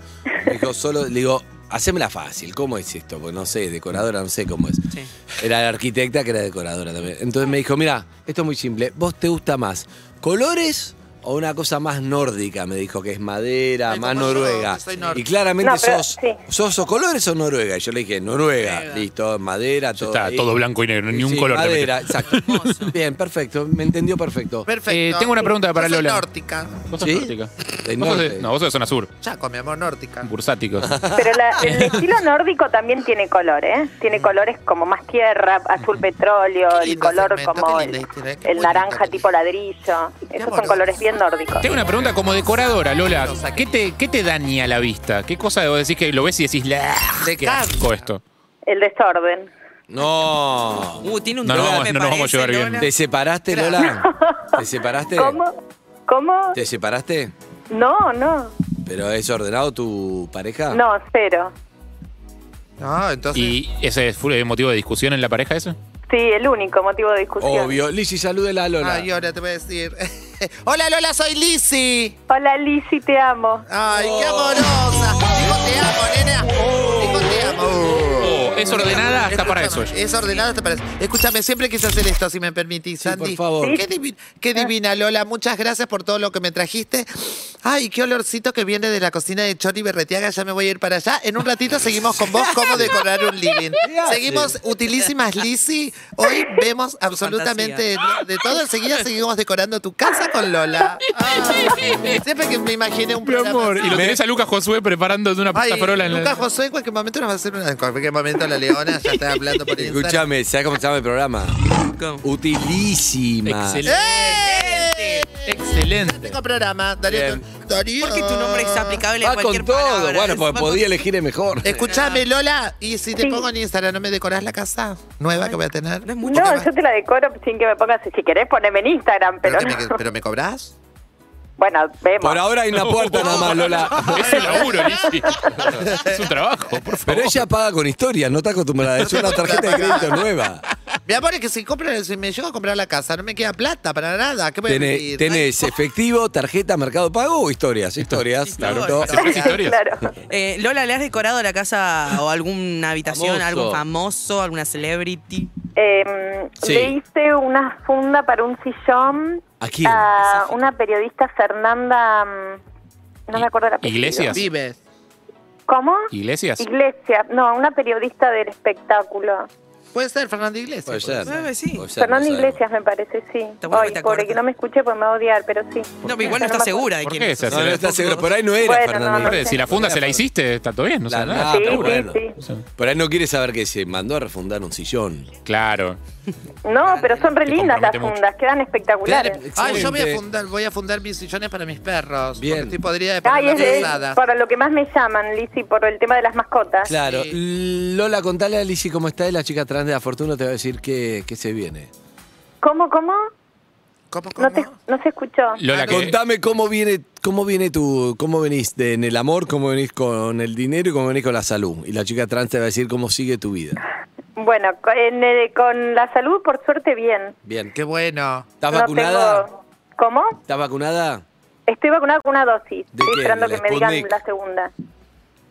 Speaker 3: me dijo solo, le digo, hacémela fácil, ¿cómo es esto? Porque no sé, decoradora, no sé cómo es.
Speaker 5: Sí.
Speaker 3: Era arquitecta que era decoradora también. Entonces me dijo, mira, esto es muy simple, ¿vos te gusta más colores o una cosa más nórdica? Me dijo, que es madera,
Speaker 6: Ay,
Speaker 3: más
Speaker 6: como yo,
Speaker 3: noruega.
Speaker 6: que soy nórdica.
Speaker 3: y claramente
Speaker 11: No, pero,
Speaker 3: sos,
Speaker 11: sí.
Speaker 3: sos o colores o noruega. Y yo le dije, noruega, listo, madera,
Speaker 4: Ya
Speaker 3: todo.
Speaker 4: está
Speaker 3: ahí.
Speaker 4: todo blanco y negro, ni un
Speaker 3: eh, Sí,
Speaker 4: color. te
Speaker 3: Madera,
Speaker 4: metes.
Speaker 3: exacto. Bien, perfecto, me entendió perfecto.
Speaker 4: Eh,
Speaker 6: Perfecto.
Speaker 4: tengo una pregunta para
Speaker 6: Yo soy
Speaker 4: Lola.
Speaker 6: nórtica.
Speaker 4: ¿Vos sos
Speaker 3: ¿Sí?
Speaker 4: nórdica?
Speaker 3: Del
Speaker 4: Vos sos de-
Speaker 3: norte.
Speaker 4: no, vos sos de zona sur,
Speaker 6: Chaco, mi amor, nórtica.
Speaker 4: bursático.
Speaker 11: Pero la- el estilo nórdico también tiene color, ¿eh? Tiene colores como más tierra, azul petróleo,
Speaker 6: Qué
Speaker 11: el
Speaker 6: lindo
Speaker 11: color
Speaker 6: segmento,
Speaker 11: como
Speaker 6: qué
Speaker 11: el,
Speaker 6: lindo este, ¿eh? Qué
Speaker 11: el
Speaker 6: bonito.
Speaker 11: naranja tipo ladrillo. Esos son
Speaker 6: amoroso.
Speaker 11: colores bien nórdicos.
Speaker 4: Tengo una pregunta como decoradora, Lola. ¿Qué te, qué te daña la vista? ¿Qué cosa vos decís que lo ves y decís, la
Speaker 6: Te
Speaker 4: qué
Speaker 6: cansa.
Speaker 4: asco esto?
Speaker 11: El desorden.
Speaker 3: No.
Speaker 5: Uh, tiene un
Speaker 4: No, no
Speaker 5: dólar,
Speaker 4: vamos-
Speaker 5: me
Speaker 4: no nos vamos
Speaker 5: parece,
Speaker 4: a llevar bien.
Speaker 5: Lola.
Speaker 3: ¿Te separaste, Lola? ¿Te separaste?
Speaker 11: ¿Cómo? ¿Cómo?
Speaker 3: ¿Te separaste?
Speaker 11: No, no.
Speaker 3: ¿Pero es ordenado tu
Speaker 6: Ah.
Speaker 3: pareja?
Speaker 11: No, cero.
Speaker 6: No, entonces.
Speaker 4: ¿Y ese fue motivo de discusión en la pareja eso?
Speaker 11: Sí, el único motivo de discusión.
Speaker 3: Obvio. Lizzy, salúdela a Lola.
Speaker 6: Ay, ahora te voy a decir. Hola Lola, soy Lizzy.
Speaker 11: Hola, Lizzy, te amo.
Speaker 6: Ay, qué amorosa. Digo te amo, nena. Digo te amo.
Speaker 4: Oh, es ordenada hasta para eso.
Speaker 6: Escúchame, Es ordenada hasta para eso. Escúchame, siempre quise hacer esto, si me permitís,
Speaker 3: Sí, por
Speaker 6: Sandy.
Speaker 3: favor.
Speaker 6: Qué, divi- qué divina, Lola. Muchas gracias por todo lo que me trajiste. Ay, qué olorcito que viene de la cocina de Chori Berretiaga. Ya me voy a ir para allá. En un ratito seguimos con vos cómo decorar un living.
Speaker 3: ¿Qué hace?
Speaker 6: Seguimos utilísimas, Lizzy. Hoy vemos absolutamente de, de todo. Enseguida seguimos decorando tu casa con Lola. Ay, siempre que me imaginé un
Speaker 4: Mi
Speaker 6: programa
Speaker 4: amor, y
Speaker 6: así.
Speaker 4: lo tenés a Lucas Josué preparando de una
Speaker 6: Ay,
Speaker 4: pastafarola en la...
Speaker 6: Lucas José, en cualquier momento nos va a hacer una. En cualquier momento la leona ya está hablando por Instagram.
Speaker 3: Escuchame, ¿sabes cómo se llama el programa?
Speaker 5: ¿Cómo?
Speaker 3: Utilísima.
Speaker 4: Excelente.
Speaker 6: ¡Eh!
Speaker 4: Excelente.
Speaker 6: Tengo programa, Darío.
Speaker 3: Bien.
Speaker 6: Darío.
Speaker 5: ¿Por qué tu nombre es aplicable a
Speaker 3: Va
Speaker 5: cualquier
Speaker 3: con todo.
Speaker 5: palabra?
Speaker 3: Bueno,
Speaker 5: Va
Speaker 4: pues,
Speaker 3: porque
Speaker 5: con-
Speaker 3: podía elegir el mejor.
Speaker 6: Escuchame, Lola, y si te
Speaker 11: Sí.
Speaker 6: pongo en Instagram, ¿no me decorás la casa nueva que voy a tener?
Speaker 5: No es mucho.
Speaker 11: No, yo te la decoro sin que me pongas. Si querés, poneme en Instagram, pero,
Speaker 6: ¿Pero, que me,
Speaker 11: no.
Speaker 6: ¿Pero me cobrás?
Speaker 11: Bueno, vemos.
Speaker 3: Por ahora hay una puerta nada más, Lola.
Speaker 4: Es un laburo, Lizzy. Es un trabajo, por favor.
Speaker 3: Pero ella paga con historia, no está acostumbrada. Es una tarjeta de crédito nueva.
Speaker 6: Mi amor, es que si, compro, si me llego a comprar la casa, no me queda plata para nada. ¿Qué voy a
Speaker 3: Tené-
Speaker 6: vivir?
Speaker 3: tenés efectivo, tarjeta, mercado pago o historias. Historias.
Speaker 4: Claro,
Speaker 3: ¿no?
Speaker 4: hace tres historias.
Speaker 11: Claro.
Speaker 5: Eh, Lola, ¿le has decorado la casa o alguna habitación,
Speaker 3: Famoso.
Speaker 5: algún famoso, alguna celebrity?
Speaker 11: Eh,
Speaker 3: Sí.
Speaker 11: Le hice una funda para un sillón
Speaker 3: ¿A quién?
Speaker 11: a una periodista Fernanda. mm, No me acuerdo la apellido.
Speaker 4: Iglesias.
Speaker 6: Vives.
Speaker 11: ¿Cómo?
Speaker 4: Iglesias.
Speaker 11: Iglesia. No, una periodista del espectáculo.
Speaker 6: Puede ser Fernando Iglesias.
Speaker 3: Puede ser.
Speaker 5: Nueve, sí.
Speaker 3: Puede ser, no
Speaker 11: Fernanda
Speaker 3: sabemos.
Speaker 11: Iglesias, me parece, sí.
Speaker 5: bueno que
Speaker 11: Ay,
Speaker 5: te
Speaker 11: pobre,
Speaker 5: acordes.
Speaker 11: que no me escuche pues me va a odiar, pero sí.
Speaker 5: No, pero igual no está
Speaker 11: Yo me acuerdo.
Speaker 5: segura de
Speaker 4: ¿Por
Speaker 5: quién
Speaker 4: qué
Speaker 5: es.
Speaker 4: se hace
Speaker 3: No, no está seguro. Por ahí no era
Speaker 11: Bueno,
Speaker 3: Fernanda
Speaker 11: no, no
Speaker 4: Aparte,
Speaker 3: Iglesias.
Speaker 11: sé.
Speaker 4: Si la funda se la hiciste, está todo bien, no
Speaker 3: La-
Speaker 4: sé
Speaker 3: nada,
Speaker 4: nada.
Speaker 11: Sí,
Speaker 3: está
Speaker 11: sí,
Speaker 3: Ah, bueno.
Speaker 11: sí.
Speaker 3: Por ahí no quiere saber que se mandó a refundar un sillón.
Speaker 4: Claro.
Speaker 11: No, pero son re
Speaker 4: Te
Speaker 11: lindas las
Speaker 4: compromete mucho.
Speaker 11: fundas, quedan espectaculares.
Speaker 6: Ay, Ah, yo voy a
Speaker 3: Excelente.
Speaker 6: fundar, voy a fundar mis sillones para mis perros.
Speaker 3: Bien.
Speaker 6: Bien. Estoy podría de
Speaker 11: Ay, Ah, es,
Speaker 6: ponerlas
Speaker 11: es
Speaker 6: usadas.
Speaker 11: para lo que más me llaman, Lizzy, por el tema de las mascotas.
Speaker 3: Claro.
Speaker 6: Sí.
Speaker 3: Lola, contale a Lizzy cómo está y la chica trans de la fortuna te va a decir que, que se viene.
Speaker 11: ¿Cómo, cómo?
Speaker 6: ¿Cómo, cómo?
Speaker 11: No, te, no se escuchó.
Speaker 4: Lola,
Speaker 6: Ah,
Speaker 4: que-
Speaker 3: Contame cómo viene, cómo viene tu, cómo venís de- en el amor, cómo venís con el dinero y cómo venís con la salud. Y la chica trans te va a decir cómo sigue tu vida.
Speaker 11: Bueno, co- en, eh, con la salud, por suerte, bien.
Speaker 3: Bien.
Speaker 6: Qué bueno.
Speaker 3: ¿Estás
Speaker 11: No
Speaker 3: vacunada?
Speaker 11: tengo- ¿Cómo?
Speaker 3: ¿Estás vacunada?
Speaker 11: Estoy vacunada con una dosis.
Speaker 3: ¿De
Speaker 11: Estoy
Speaker 3: qué?
Speaker 11: esperando
Speaker 3: ¿De la
Speaker 11: que me digan
Speaker 3: Sputnik?
Speaker 11: la segunda.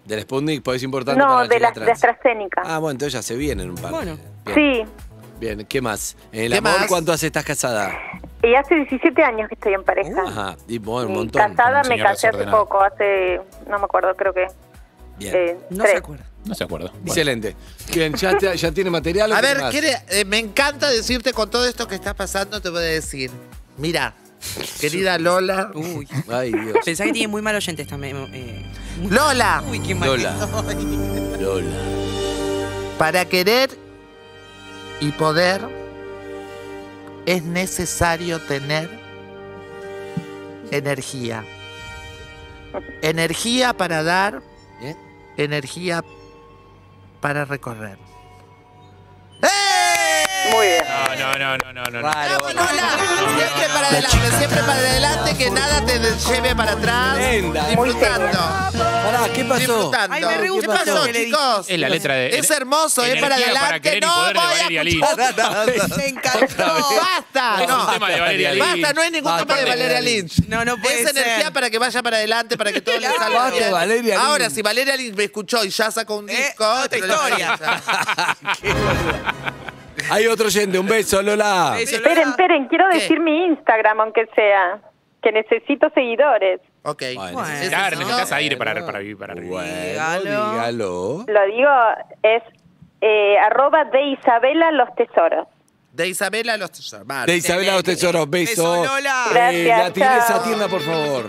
Speaker 3: ¿Del Sputnik? Pues es importante para
Speaker 11: No,
Speaker 3: la
Speaker 11: de,
Speaker 3: chica
Speaker 11: la,
Speaker 3: trans.
Speaker 11: de AstraZeneca.
Speaker 3: Ah, bueno, entonces ya se viene en un par. de-
Speaker 5: Bueno.
Speaker 3: Bien.
Speaker 11: sí,
Speaker 3: Bien, ¿qué más? En el
Speaker 6: ¿Qué
Speaker 3: amor,
Speaker 6: más?
Speaker 3: ¿cuánto hace estás casada?
Speaker 11: y hace 17 años que estoy en pareja.
Speaker 3: Ajá, y bueno,
Speaker 11: Y
Speaker 3: un montón.
Speaker 11: casada
Speaker 4: un
Speaker 11: me
Speaker 4: señor
Speaker 11: casé hace
Speaker 4: desordenado.
Speaker 11: poco, hace, no me acuerdo, creo que
Speaker 3: Bien.
Speaker 11: eh,
Speaker 5: No
Speaker 11: tres.
Speaker 5: se acuerda.
Speaker 4: No se acuerda. Bueno.
Speaker 3: Excelente. Bien, ya, te- ya tiene material. ¿o
Speaker 6: A
Speaker 3: qué
Speaker 6: ver,
Speaker 3: más?
Speaker 6: quiere- eh, me encanta decirte con todo esto que está pasando, te voy a decir. Mira, querida Lola.
Speaker 5: Uy.
Speaker 3: Ay, Dios.
Speaker 5: Pensá que tiene muy mal oyente esta. me- eh, muy-
Speaker 6: Lola,
Speaker 5: Uy, qué mal.
Speaker 3: Lola. Lola.
Speaker 6: para querer y poder es necesario tener energía. Energía para dar,
Speaker 3: ¿Eh?
Speaker 6: energía para recorrer.
Speaker 10: Muy bien.
Speaker 4: No, no, no, no, no. no.
Speaker 3: Raro.
Speaker 6: Siempre para adelante, siempre para adelante, que nada te lleve para atrás.
Speaker 3: Tremenda.
Speaker 6: Disfrutando.
Speaker 3: Pará, ¿qué pasó?
Speaker 6: Disfrutando.
Speaker 5: Ay, me re
Speaker 6: ¿Qué
Speaker 5: gustó lo
Speaker 6: pasó,
Speaker 5: que le
Speaker 6: chicos?
Speaker 4: Es la letra de.
Speaker 6: Es hermoso, es para
Speaker 4: Energía
Speaker 6: adelante.
Speaker 4: querer y
Speaker 6: No
Speaker 4: poder de
Speaker 6: voy
Speaker 4: Valeria
Speaker 6: a
Speaker 4: Lynch.
Speaker 5: Me encantó.
Speaker 4: Es
Speaker 6: ¡Basta!
Speaker 4: un
Speaker 6: Eh, No.
Speaker 4: tema de Valeria Lynch.
Speaker 6: Basta, no es ningún
Speaker 3: Basta,
Speaker 6: tema de Valeria Lynch.
Speaker 5: No, no puede
Speaker 6: Es energía
Speaker 5: ser.
Speaker 6: para que vaya para adelante, para que todo le salga
Speaker 3: Basta,
Speaker 6: bien.
Speaker 3: Valeria Lynch.
Speaker 6: Ahora, si Valeria Lynch me escuchó y ya sacó un
Speaker 5: Eh,
Speaker 6: disco,
Speaker 5: otra
Speaker 6: otro le pasa.
Speaker 5: historia.
Speaker 3: Hay otro oyente, un beso, Lola.
Speaker 5: Beso, Lola.
Speaker 10: Esperen, esperen, quiero
Speaker 6: ¿Qué?
Speaker 10: decir mi Instagram, aunque sea, que necesito seguidores.
Speaker 6: Ok.
Speaker 3: Bueno.
Speaker 5: Bueno.
Speaker 6: Ese
Speaker 4: Claro,
Speaker 6: no.
Speaker 4: necesitas aire para, para vivir, para vivir.
Speaker 3: Bueno,
Speaker 5: Dígalo.
Speaker 3: dígalo.
Speaker 10: Lo digo, es eh, arroba de Isabela los tesoros.
Speaker 6: De Isabela los tesoros. Vale.
Speaker 3: De Isabela los Tesoros, beso.
Speaker 5: Beso, Lola.
Speaker 3: Eh,
Speaker 10: Gracias,
Speaker 3: la tigresa
Speaker 10: chao.
Speaker 3: tienda, por favor.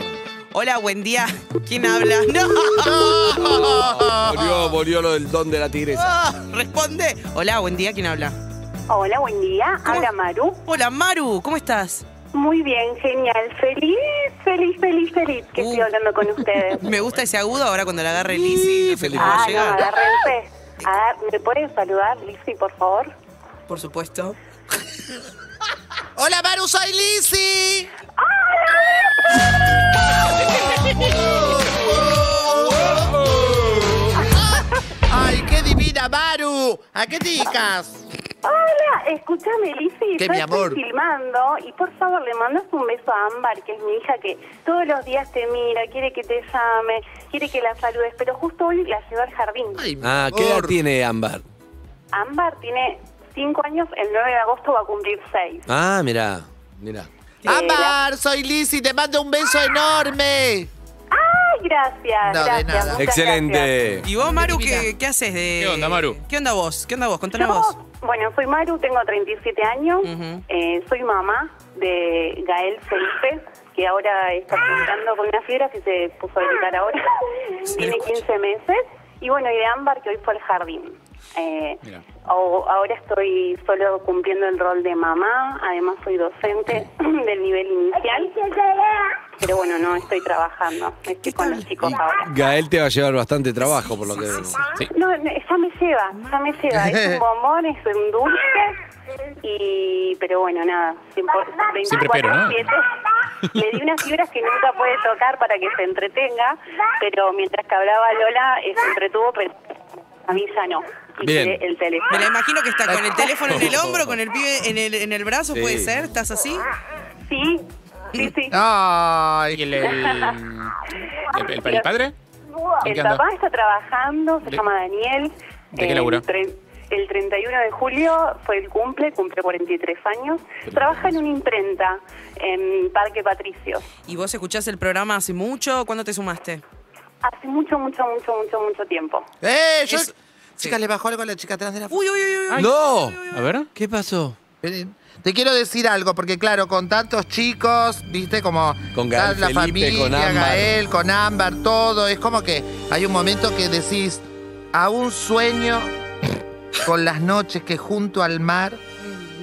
Speaker 5: Hola, buen día. ¿Quién habla? No.
Speaker 3: Volvió, volvió lo del don de la tigresa.
Speaker 5: Ah, Responde. Hola, buen día. ¿Quién habla?
Speaker 11: Hola, buen día.
Speaker 5: ¿Cómo?
Speaker 11: Habla Maru.
Speaker 5: Hola, Maru. ¿Cómo estás?
Speaker 11: Muy bien, genial. Feliz, feliz, feliz, feliz que
Speaker 5: Uh.
Speaker 11: estoy hablando con ustedes.
Speaker 5: Me gusta ese agudo ahora cuando la agarre Lizzy.
Speaker 3: Sí, feliz.
Speaker 5: Va
Speaker 11: ah,
Speaker 5: a
Speaker 11: no,
Speaker 5: llegar.
Speaker 11: agárrense. Ah, ¿Me pueden saludar, Lizzy, por favor?
Speaker 5: Por supuesto.
Speaker 6: Hola, Maru, soy Lizzy. ¡Ay, qué divina, Maru! ¿A qué te dedicas?
Speaker 11: Hola, escúchame, Lizzy.
Speaker 6: ¿Qué,
Speaker 11: yo
Speaker 6: mi
Speaker 11: estoy
Speaker 6: amor?
Speaker 11: filmando y por favor le mandas un beso a Ámbar, que es mi hija que todos los días te mira, quiere que te llame, quiere que la saludes, pero justo hoy la llevo al jardín.
Speaker 6: Ay, mi
Speaker 3: Ah, ¿qué edad
Speaker 6: amor.
Speaker 3: tiene Ámbar?
Speaker 11: Ámbar tiene cinco años, el 9 de agosto va a cumplir seis.
Speaker 3: Ah, mirá, mirá.
Speaker 11: Este,
Speaker 6: Ámbar, soy Lizzy, te mando un beso enorme.
Speaker 11: Ay,
Speaker 6: No, de
Speaker 11: gracias, gracias.
Speaker 6: nada.
Speaker 11: muchas gracias.
Speaker 3: Excelente.
Speaker 5: ¿Y vos, Maru, qué, qué haces de...?
Speaker 4: ¿Qué onda, Maru?
Speaker 5: ¿Qué onda vos? ¿Qué onda vos? Contanos
Speaker 11: Yo,
Speaker 5: vos.
Speaker 11: bueno, soy Maru, tengo 37 años,
Speaker 5: Ujú.
Speaker 11: eh, soy mamá de Gael Felipe, que ahora está pintando con una fibra que se puso a gritar ahora, tiene 15 meses, y bueno, y de Ámbar, que hoy fue al jardín. Eh,
Speaker 4: Mira.
Speaker 11: o- ahora estoy solo cumpliendo el rol de mamá, además soy docente del nivel inicial, pero bueno, no estoy trabajando, estoy con los chicos ahora.
Speaker 3: Gael te va a llevar bastante trabajo, por lo que vemos.
Speaker 4: Sí.
Speaker 11: No, no, ya me lleva, ya me lleva. Es un bombón, es un dulce. Y, pero bueno, nada.
Speaker 4: Siempre pero, ¿no?
Speaker 11: 7 Le di unas fibras que nunca puede tocar para que se entretenga, pero mientras que hablaba Lola, eh, se entretuvo, pero a mí ya no. Y
Speaker 3: Bien.
Speaker 11: tiré el
Speaker 5: Me
Speaker 11: teléfono.
Speaker 5: la imagino que está con el teléfono en el hombro, con el pibe en el, en el brazo,
Speaker 3: Sí.
Speaker 5: ¿puede ser? ¿Estás así?
Speaker 11: Sí, sí, sí.
Speaker 4: ¿Y
Speaker 6: Ay,
Speaker 4: el, el, el- el- el padre? ¿En qué
Speaker 11: El
Speaker 4: anda?
Speaker 11: papá está trabajando, se
Speaker 4: ¿De-
Speaker 11: llama Daniel.
Speaker 4: de qué
Speaker 11: El
Speaker 4: labura?
Speaker 11: tre- El 31 de julio fue el cumple, cumple 43 años. Trabaja en una imprenta en Parque Patricios.
Speaker 5: ¿Y vos escuchás el programa hace mucho? ¿Cuándo te sumaste?
Speaker 11: Hace mucho, mucho, mucho, mucho, mucho tiempo.
Speaker 6: eh, yo.
Speaker 5: Es-
Speaker 6: Chicas, le bajó algo a la chica atrás de la.
Speaker 5: Uy, uy, uy, uy.
Speaker 3: ¡No!
Speaker 4: A ver.
Speaker 3: ¿Qué pasó?
Speaker 6: Ven, Te quiero decir algo, porque claro, con tantos chicos, viste, como
Speaker 3: Con Gael
Speaker 6: está la
Speaker 3: Felipe,
Speaker 6: familia,
Speaker 3: con Ámbar.
Speaker 6: Gael, con Ámbar, todo, es como que hay un momento que decís, aún sueño con las noches que junto al mar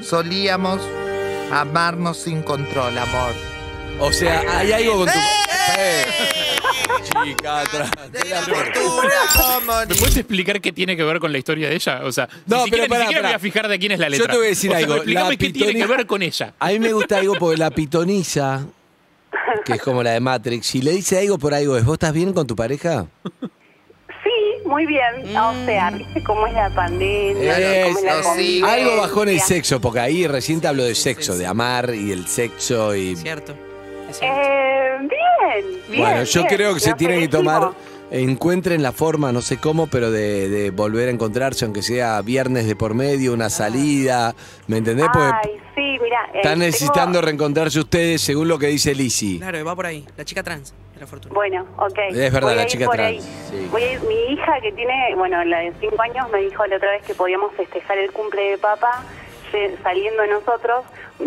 Speaker 6: solíamos amarnos sin control, amor.
Speaker 3: O sea, hay algo con tu. Eh, Chica, atrás.
Speaker 6: De la fortuna, cómo
Speaker 4: ¿Me
Speaker 6: ni-
Speaker 4: puedes explicar qué tiene que ver con la historia de ella? O sea,
Speaker 3: No,
Speaker 4: ni siquiera,
Speaker 3: pero pará,
Speaker 4: ni siquiera me
Speaker 3: pará.
Speaker 4: voy a fijar de quién es la
Speaker 3: Yo
Speaker 4: letra.
Speaker 3: te voy a decir
Speaker 4: O sea,
Speaker 3: algo.
Speaker 4: Explícame
Speaker 3: La
Speaker 4: qué tiene que
Speaker 3: pitoniza-
Speaker 4: ver con ella.
Speaker 3: A mí me gusta algo porque la pitoniza, que es como la de Matrix, si le dice algo por algo, es ¿vos estás bien con tu pareja?
Speaker 11: Sí, muy bien.
Speaker 4: Mm.
Speaker 11: O sea, viste cómo es la pandemia, cómo es la
Speaker 6: Eso, sí.
Speaker 11: convivencia.
Speaker 3: Algo bajó en el sexo, porque ahí recién te hablo de sexo, de amar y el sexo y...
Speaker 5: Cierto. Es cierto.
Speaker 11: Eh, bien, bien.
Speaker 3: Bueno, yo
Speaker 11: bien.
Speaker 3: creo que se
Speaker 11: Nos
Speaker 3: tienen que tomar,
Speaker 11: elegimos.
Speaker 3: encuentren la forma, no sé cómo, pero de, de volver a encontrarse, aunque sea viernes de por medio, una salida, ¿me entendés? Porque
Speaker 11: Ay, eh, sí, mira.
Speaker 3: están necesitando reencontrarse ustedes, según lo que dice Lizzy.
Speaker 5: Claro, va por ahí. La chica trans de la fortuna.
Speaker 11: Bueno, ok.
Speaker 3: Es verdad,
Speaker 11: Voy a
Speaker 3: la
Speaker 11: ir
Speaker 3: chica
Speaker 11: por
Speaker 3: trans,
Speaker 11: ahí.
Speaker 3: sí.
Speaker 11: Voy a ir- mi hija que tiene, bueno, la de 5 años me dijo la otra vez que podíamos festejar el cumple de papá se- saliendo nosotros.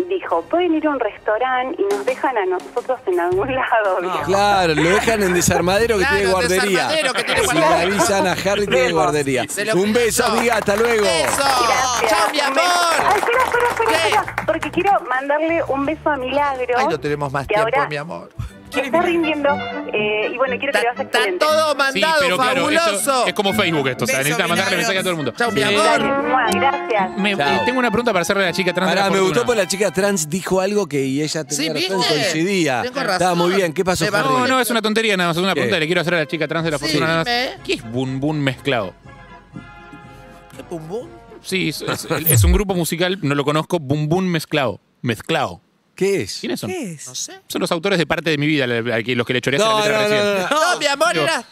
Speaker 11: Dijo, pueden ir a un restaurante y nos dejan a nosotros en algún lado.
Speaker 5: No.
Speaker 11: viejo".
Speaker 3: Claro, lo dejan en desarmadero que
Speaker 6: Claro,
Speaker 3: tiene guardería.
Speaker 6: desarmadero que tiene
Speaker 3: Si le
Speaker 6: guardería.
Speaker 3: avisan a Harry tiene
Speaker 11: Vemos.
Speaker 3: guardería.
Speaker 6: Se lo
Speaker 3: Un beso,
Speaker 6: piso.
Speaker 3: amiga, hasta luego.
Speaker 6: Beso.
Speaker 11: Gracias.
Speaker 6: ¡Ah! Chao, mi
Speaker 11: Un beso. Ay,
Speaker 6: amor.
Speaker 11: espera, espera, espera,
Speaker 6: ¿Qué?
Speaker 11: espera, porque quiero mandarle un beso a Milagro.
Speaker 6: Ay, no tenemos más
Speaker 11: que
Speaker 6: tiempo,
Speaker 11: ahora
Speaker 6: mi amor.
Speaker 11: Me está rindiendo. eh, y bueno, quiero que le vayas excelente.
Speaker 6: Todo mandado,
Speaker 4: sí, pero claro, esto-
Speaker 6: fabuloso.
Speaker 4: es como Facebook esto. O sea,
Speaker 6: Beso,
Speaker 4: necesita mandarle
Speaker 6: milagros.
Speaker 4: mensaje a todo el mundo.
Speaker 6: Chau, mi
Speaker 4: Eh,
Speaker 6: amor.
Speaker 11: Mua, Gracias.
Speaker 4: me- eh,
Speaker 3: Chau.
Speaker 4: tengo una pregunta para hacerle a la chica trans. de la
Speaker 3: Pará, me
Speaker 4: fortuna.
Speaker 3: gustó porque la chica trans dijo algo que y ella tenía
Speaker 6: Sí,
Speaker 3: razón,
Speaker 6: ¿viste?
Speaker 3: coincidía.
Speaker 6: Tengo
Speaker 3: Estaba
Speaker 6: razón.
Speaker 3: muy bien. ¿Qué pasó,
Speaker 6: Me bajó
Speaker 4: No,
Speaker 3: Harry?
Speaker 4: no, es una tontería nada más. Es una
Speaker 3: ¿Qué?
Speaker 4: pregunta que le quiero hacer a la chica trans de la
Speaker 6: Sí,
Speaker 4: fortuna nada más.
Speaker 6: dime.
Speaker 4: ¿Qué es Bun Bun mezclado?
Speaker 6: ¿Qué pum, pum?
Speaker 4: Sí, es, es- es un grupo musical, no lo conozco, Bum Bum mezclado. Mezclado.
Speaker 3: ¿Qué es?
Speaker 4: ¿Quiénes son?
Speaker 5: ¿Qué es?
Speaker 6: No sé.
Speaker 4: Son los autores de parte de mi vida, la- la- los que le choreaste
Speaker 3: No,
Speaker 4: la letra
Speaker 3: no, no,
Speaker 4: recién.
Speaker 3: no, no.
Speaker 6: No, mi amor,
Speaker 4: Digo,
Speaker 6: era.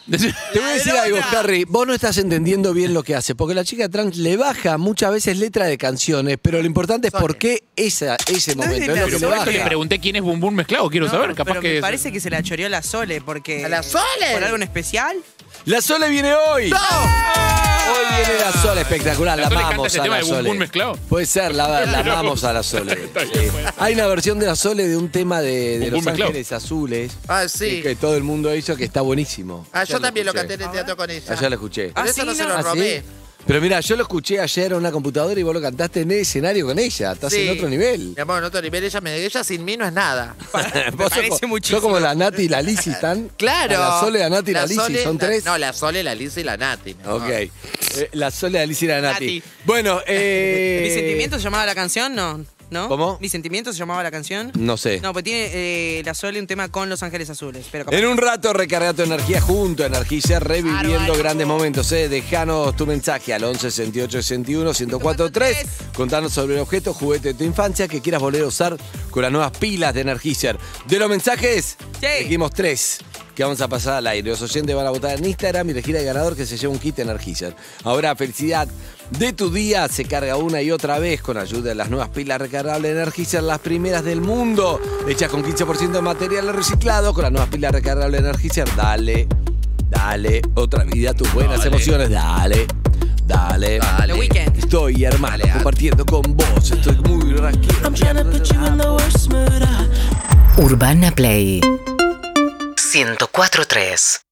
Speaker 3: Te voy a decir algo,
Speaker 6: Ladrona.
Speaker 3: Harry. Vos no estás entendiendo bien lo que hace, porque la chica trans le baja muchas veces letra de canciones, pero lo importante es por qué esa, ese
Speaker 5: No es de
Speaker 3: momento. Es lo que
Speaker 4: Pero
Speaker 3: le
Speaker 4: por eso
Speaker 3: baja.
Speaker 4: le pregunté quién es Bum Bum mezclado, quiero
Speaker 5: No,
Speaker 4: saber. Capaz
Speaker 5: pero
Speaker 4: que.
Speaker 5: me parece que se la choreó la Sole porque.
Speaker 6: ¿A la Sole?
Speaker 5: ¿Por algo en especial?
Speaker 3: La Sole viene hoy. Hoy viene la Sole, espectacular.
Speaker 4: La
Speaker 3: La
Speaker 4: Sole canta
Speaker 3: amamos
Speaker 4: ese
Speaker 3: a
Speaker 4: tema
Speaker 3: la
Speaker 4: de Bum
Speaker 3: Sole.
Speaker 4: Bum mezclado.
Speaker 3: Puede ser, la, la amamos a la Sole.
Speaker 4: Está bien,
Speaker 3: Sí.
Speaker 4: bueno.
Speaker 3: Hay una versión de la Sole de un tema de, de
Speaker 4: Bum Bum
Speaker 3: Los
Speaker 4: mezclado.
Speaker 3: Ángeles Azules.
Speaker 6: Ah,
Speaker 3: que-
Speaker 6: sí.
Speaker 3: Que todo el mundo hizo que está buenísimo.
Speaker 6: Ah, yo
Speaker 3: Ayer
Speaker 6: también lo
Speaker 3: escuché.
Speaker 6: canté en el teatro con ella.
Speaker 3: Ayer lo escuché.
Speaker 6: Pero eso
Speaker 5: Ah,
Speaker 6: no
Speaker 5: sí,
Speaker 6: se
Speaker 5: no.
Speaker 6: lo
Speaker 3: ¿Ah, sí?
Speaker 6: robé.
Speaker 3: Pero mira, yo lo escuché ayer en una computadora y vos lo cantaste en el escenario con ella. Estás
Speaker 6: Sí.
Speaker 3: en otro nivel.
Speaker 6: Mi amor, en otro nivel, ella, me, ella sin mí no es nada.
Speaker 3: Vos sos
Speaker 5: parece
Speaker 3: co-
Speaker 5: muchísimo.
Speaker 3: Sos como la Nati y la Lizzy están.
Speaker 6: Claro.
Speaker 3: A La Sole, la Nati y la, Lizzy,
Speaker 6: Sole,
Speaker 3: son
Speaker 6: la-
Speaker 3: tres.
Speaker 6: no, la Sole, la Lizzy y la Nati. mi amor.
Speaker 3: Ok. Eh, la Sole, la Lizzy y la Nati.
Speaker 5: Nati.
Speaker 3: Bueno, eh.
Speaker 5: ¿Mi sentimiento se llamaba la canción? No. ¿No?
Speaker 3: ¿Cómo?
Speaker 5: ¿Mi sentimiento se llamaba la canción?
Speaker 3: No sé.
Speaker 5: No, pues tiene eh, la Sole un tema con Los Ángeles Azules. Pero capaz-
Speaker 3: En un rato recarga tu energía junto, a Energiza, reviviendo
Speaker 6: Bárbaro.
Speaker 3: grandes momentos. ¿eh? Dejanos tu mensaje al 11 68 61 1043. Contanos sobre el objeto, juguete de tu infancia que quieras volver a usar con las nuevas pilas de Energizer. De los mensajes,
Speaker 5: Sí.
Speaker 3: elegimos tres que vamos a pasar al aire. Los oyentes van a votar en Instagram y elegir al ganador que se lleva un kit Energizer. Ahora, felicidad de tu día. Se carga una y otra vez con ayuda de las nuevas pilas recargables Energizer, las primeras del mundo. Hechas con 15% de material reciclado. Con las nuevas pilas recargables Energizer, dale, dale otra vida a tus buenas
Speaker 4: Dale.
Speaker 3: emociones. Dale. Dale,
Speaker 6: Dale.
Speaker 5: The Weeknd.
Speaker 3: Estoy hermano compartiendo con vos. Estoy muy rasquero.
Speaker 12: Urbana Play 104.3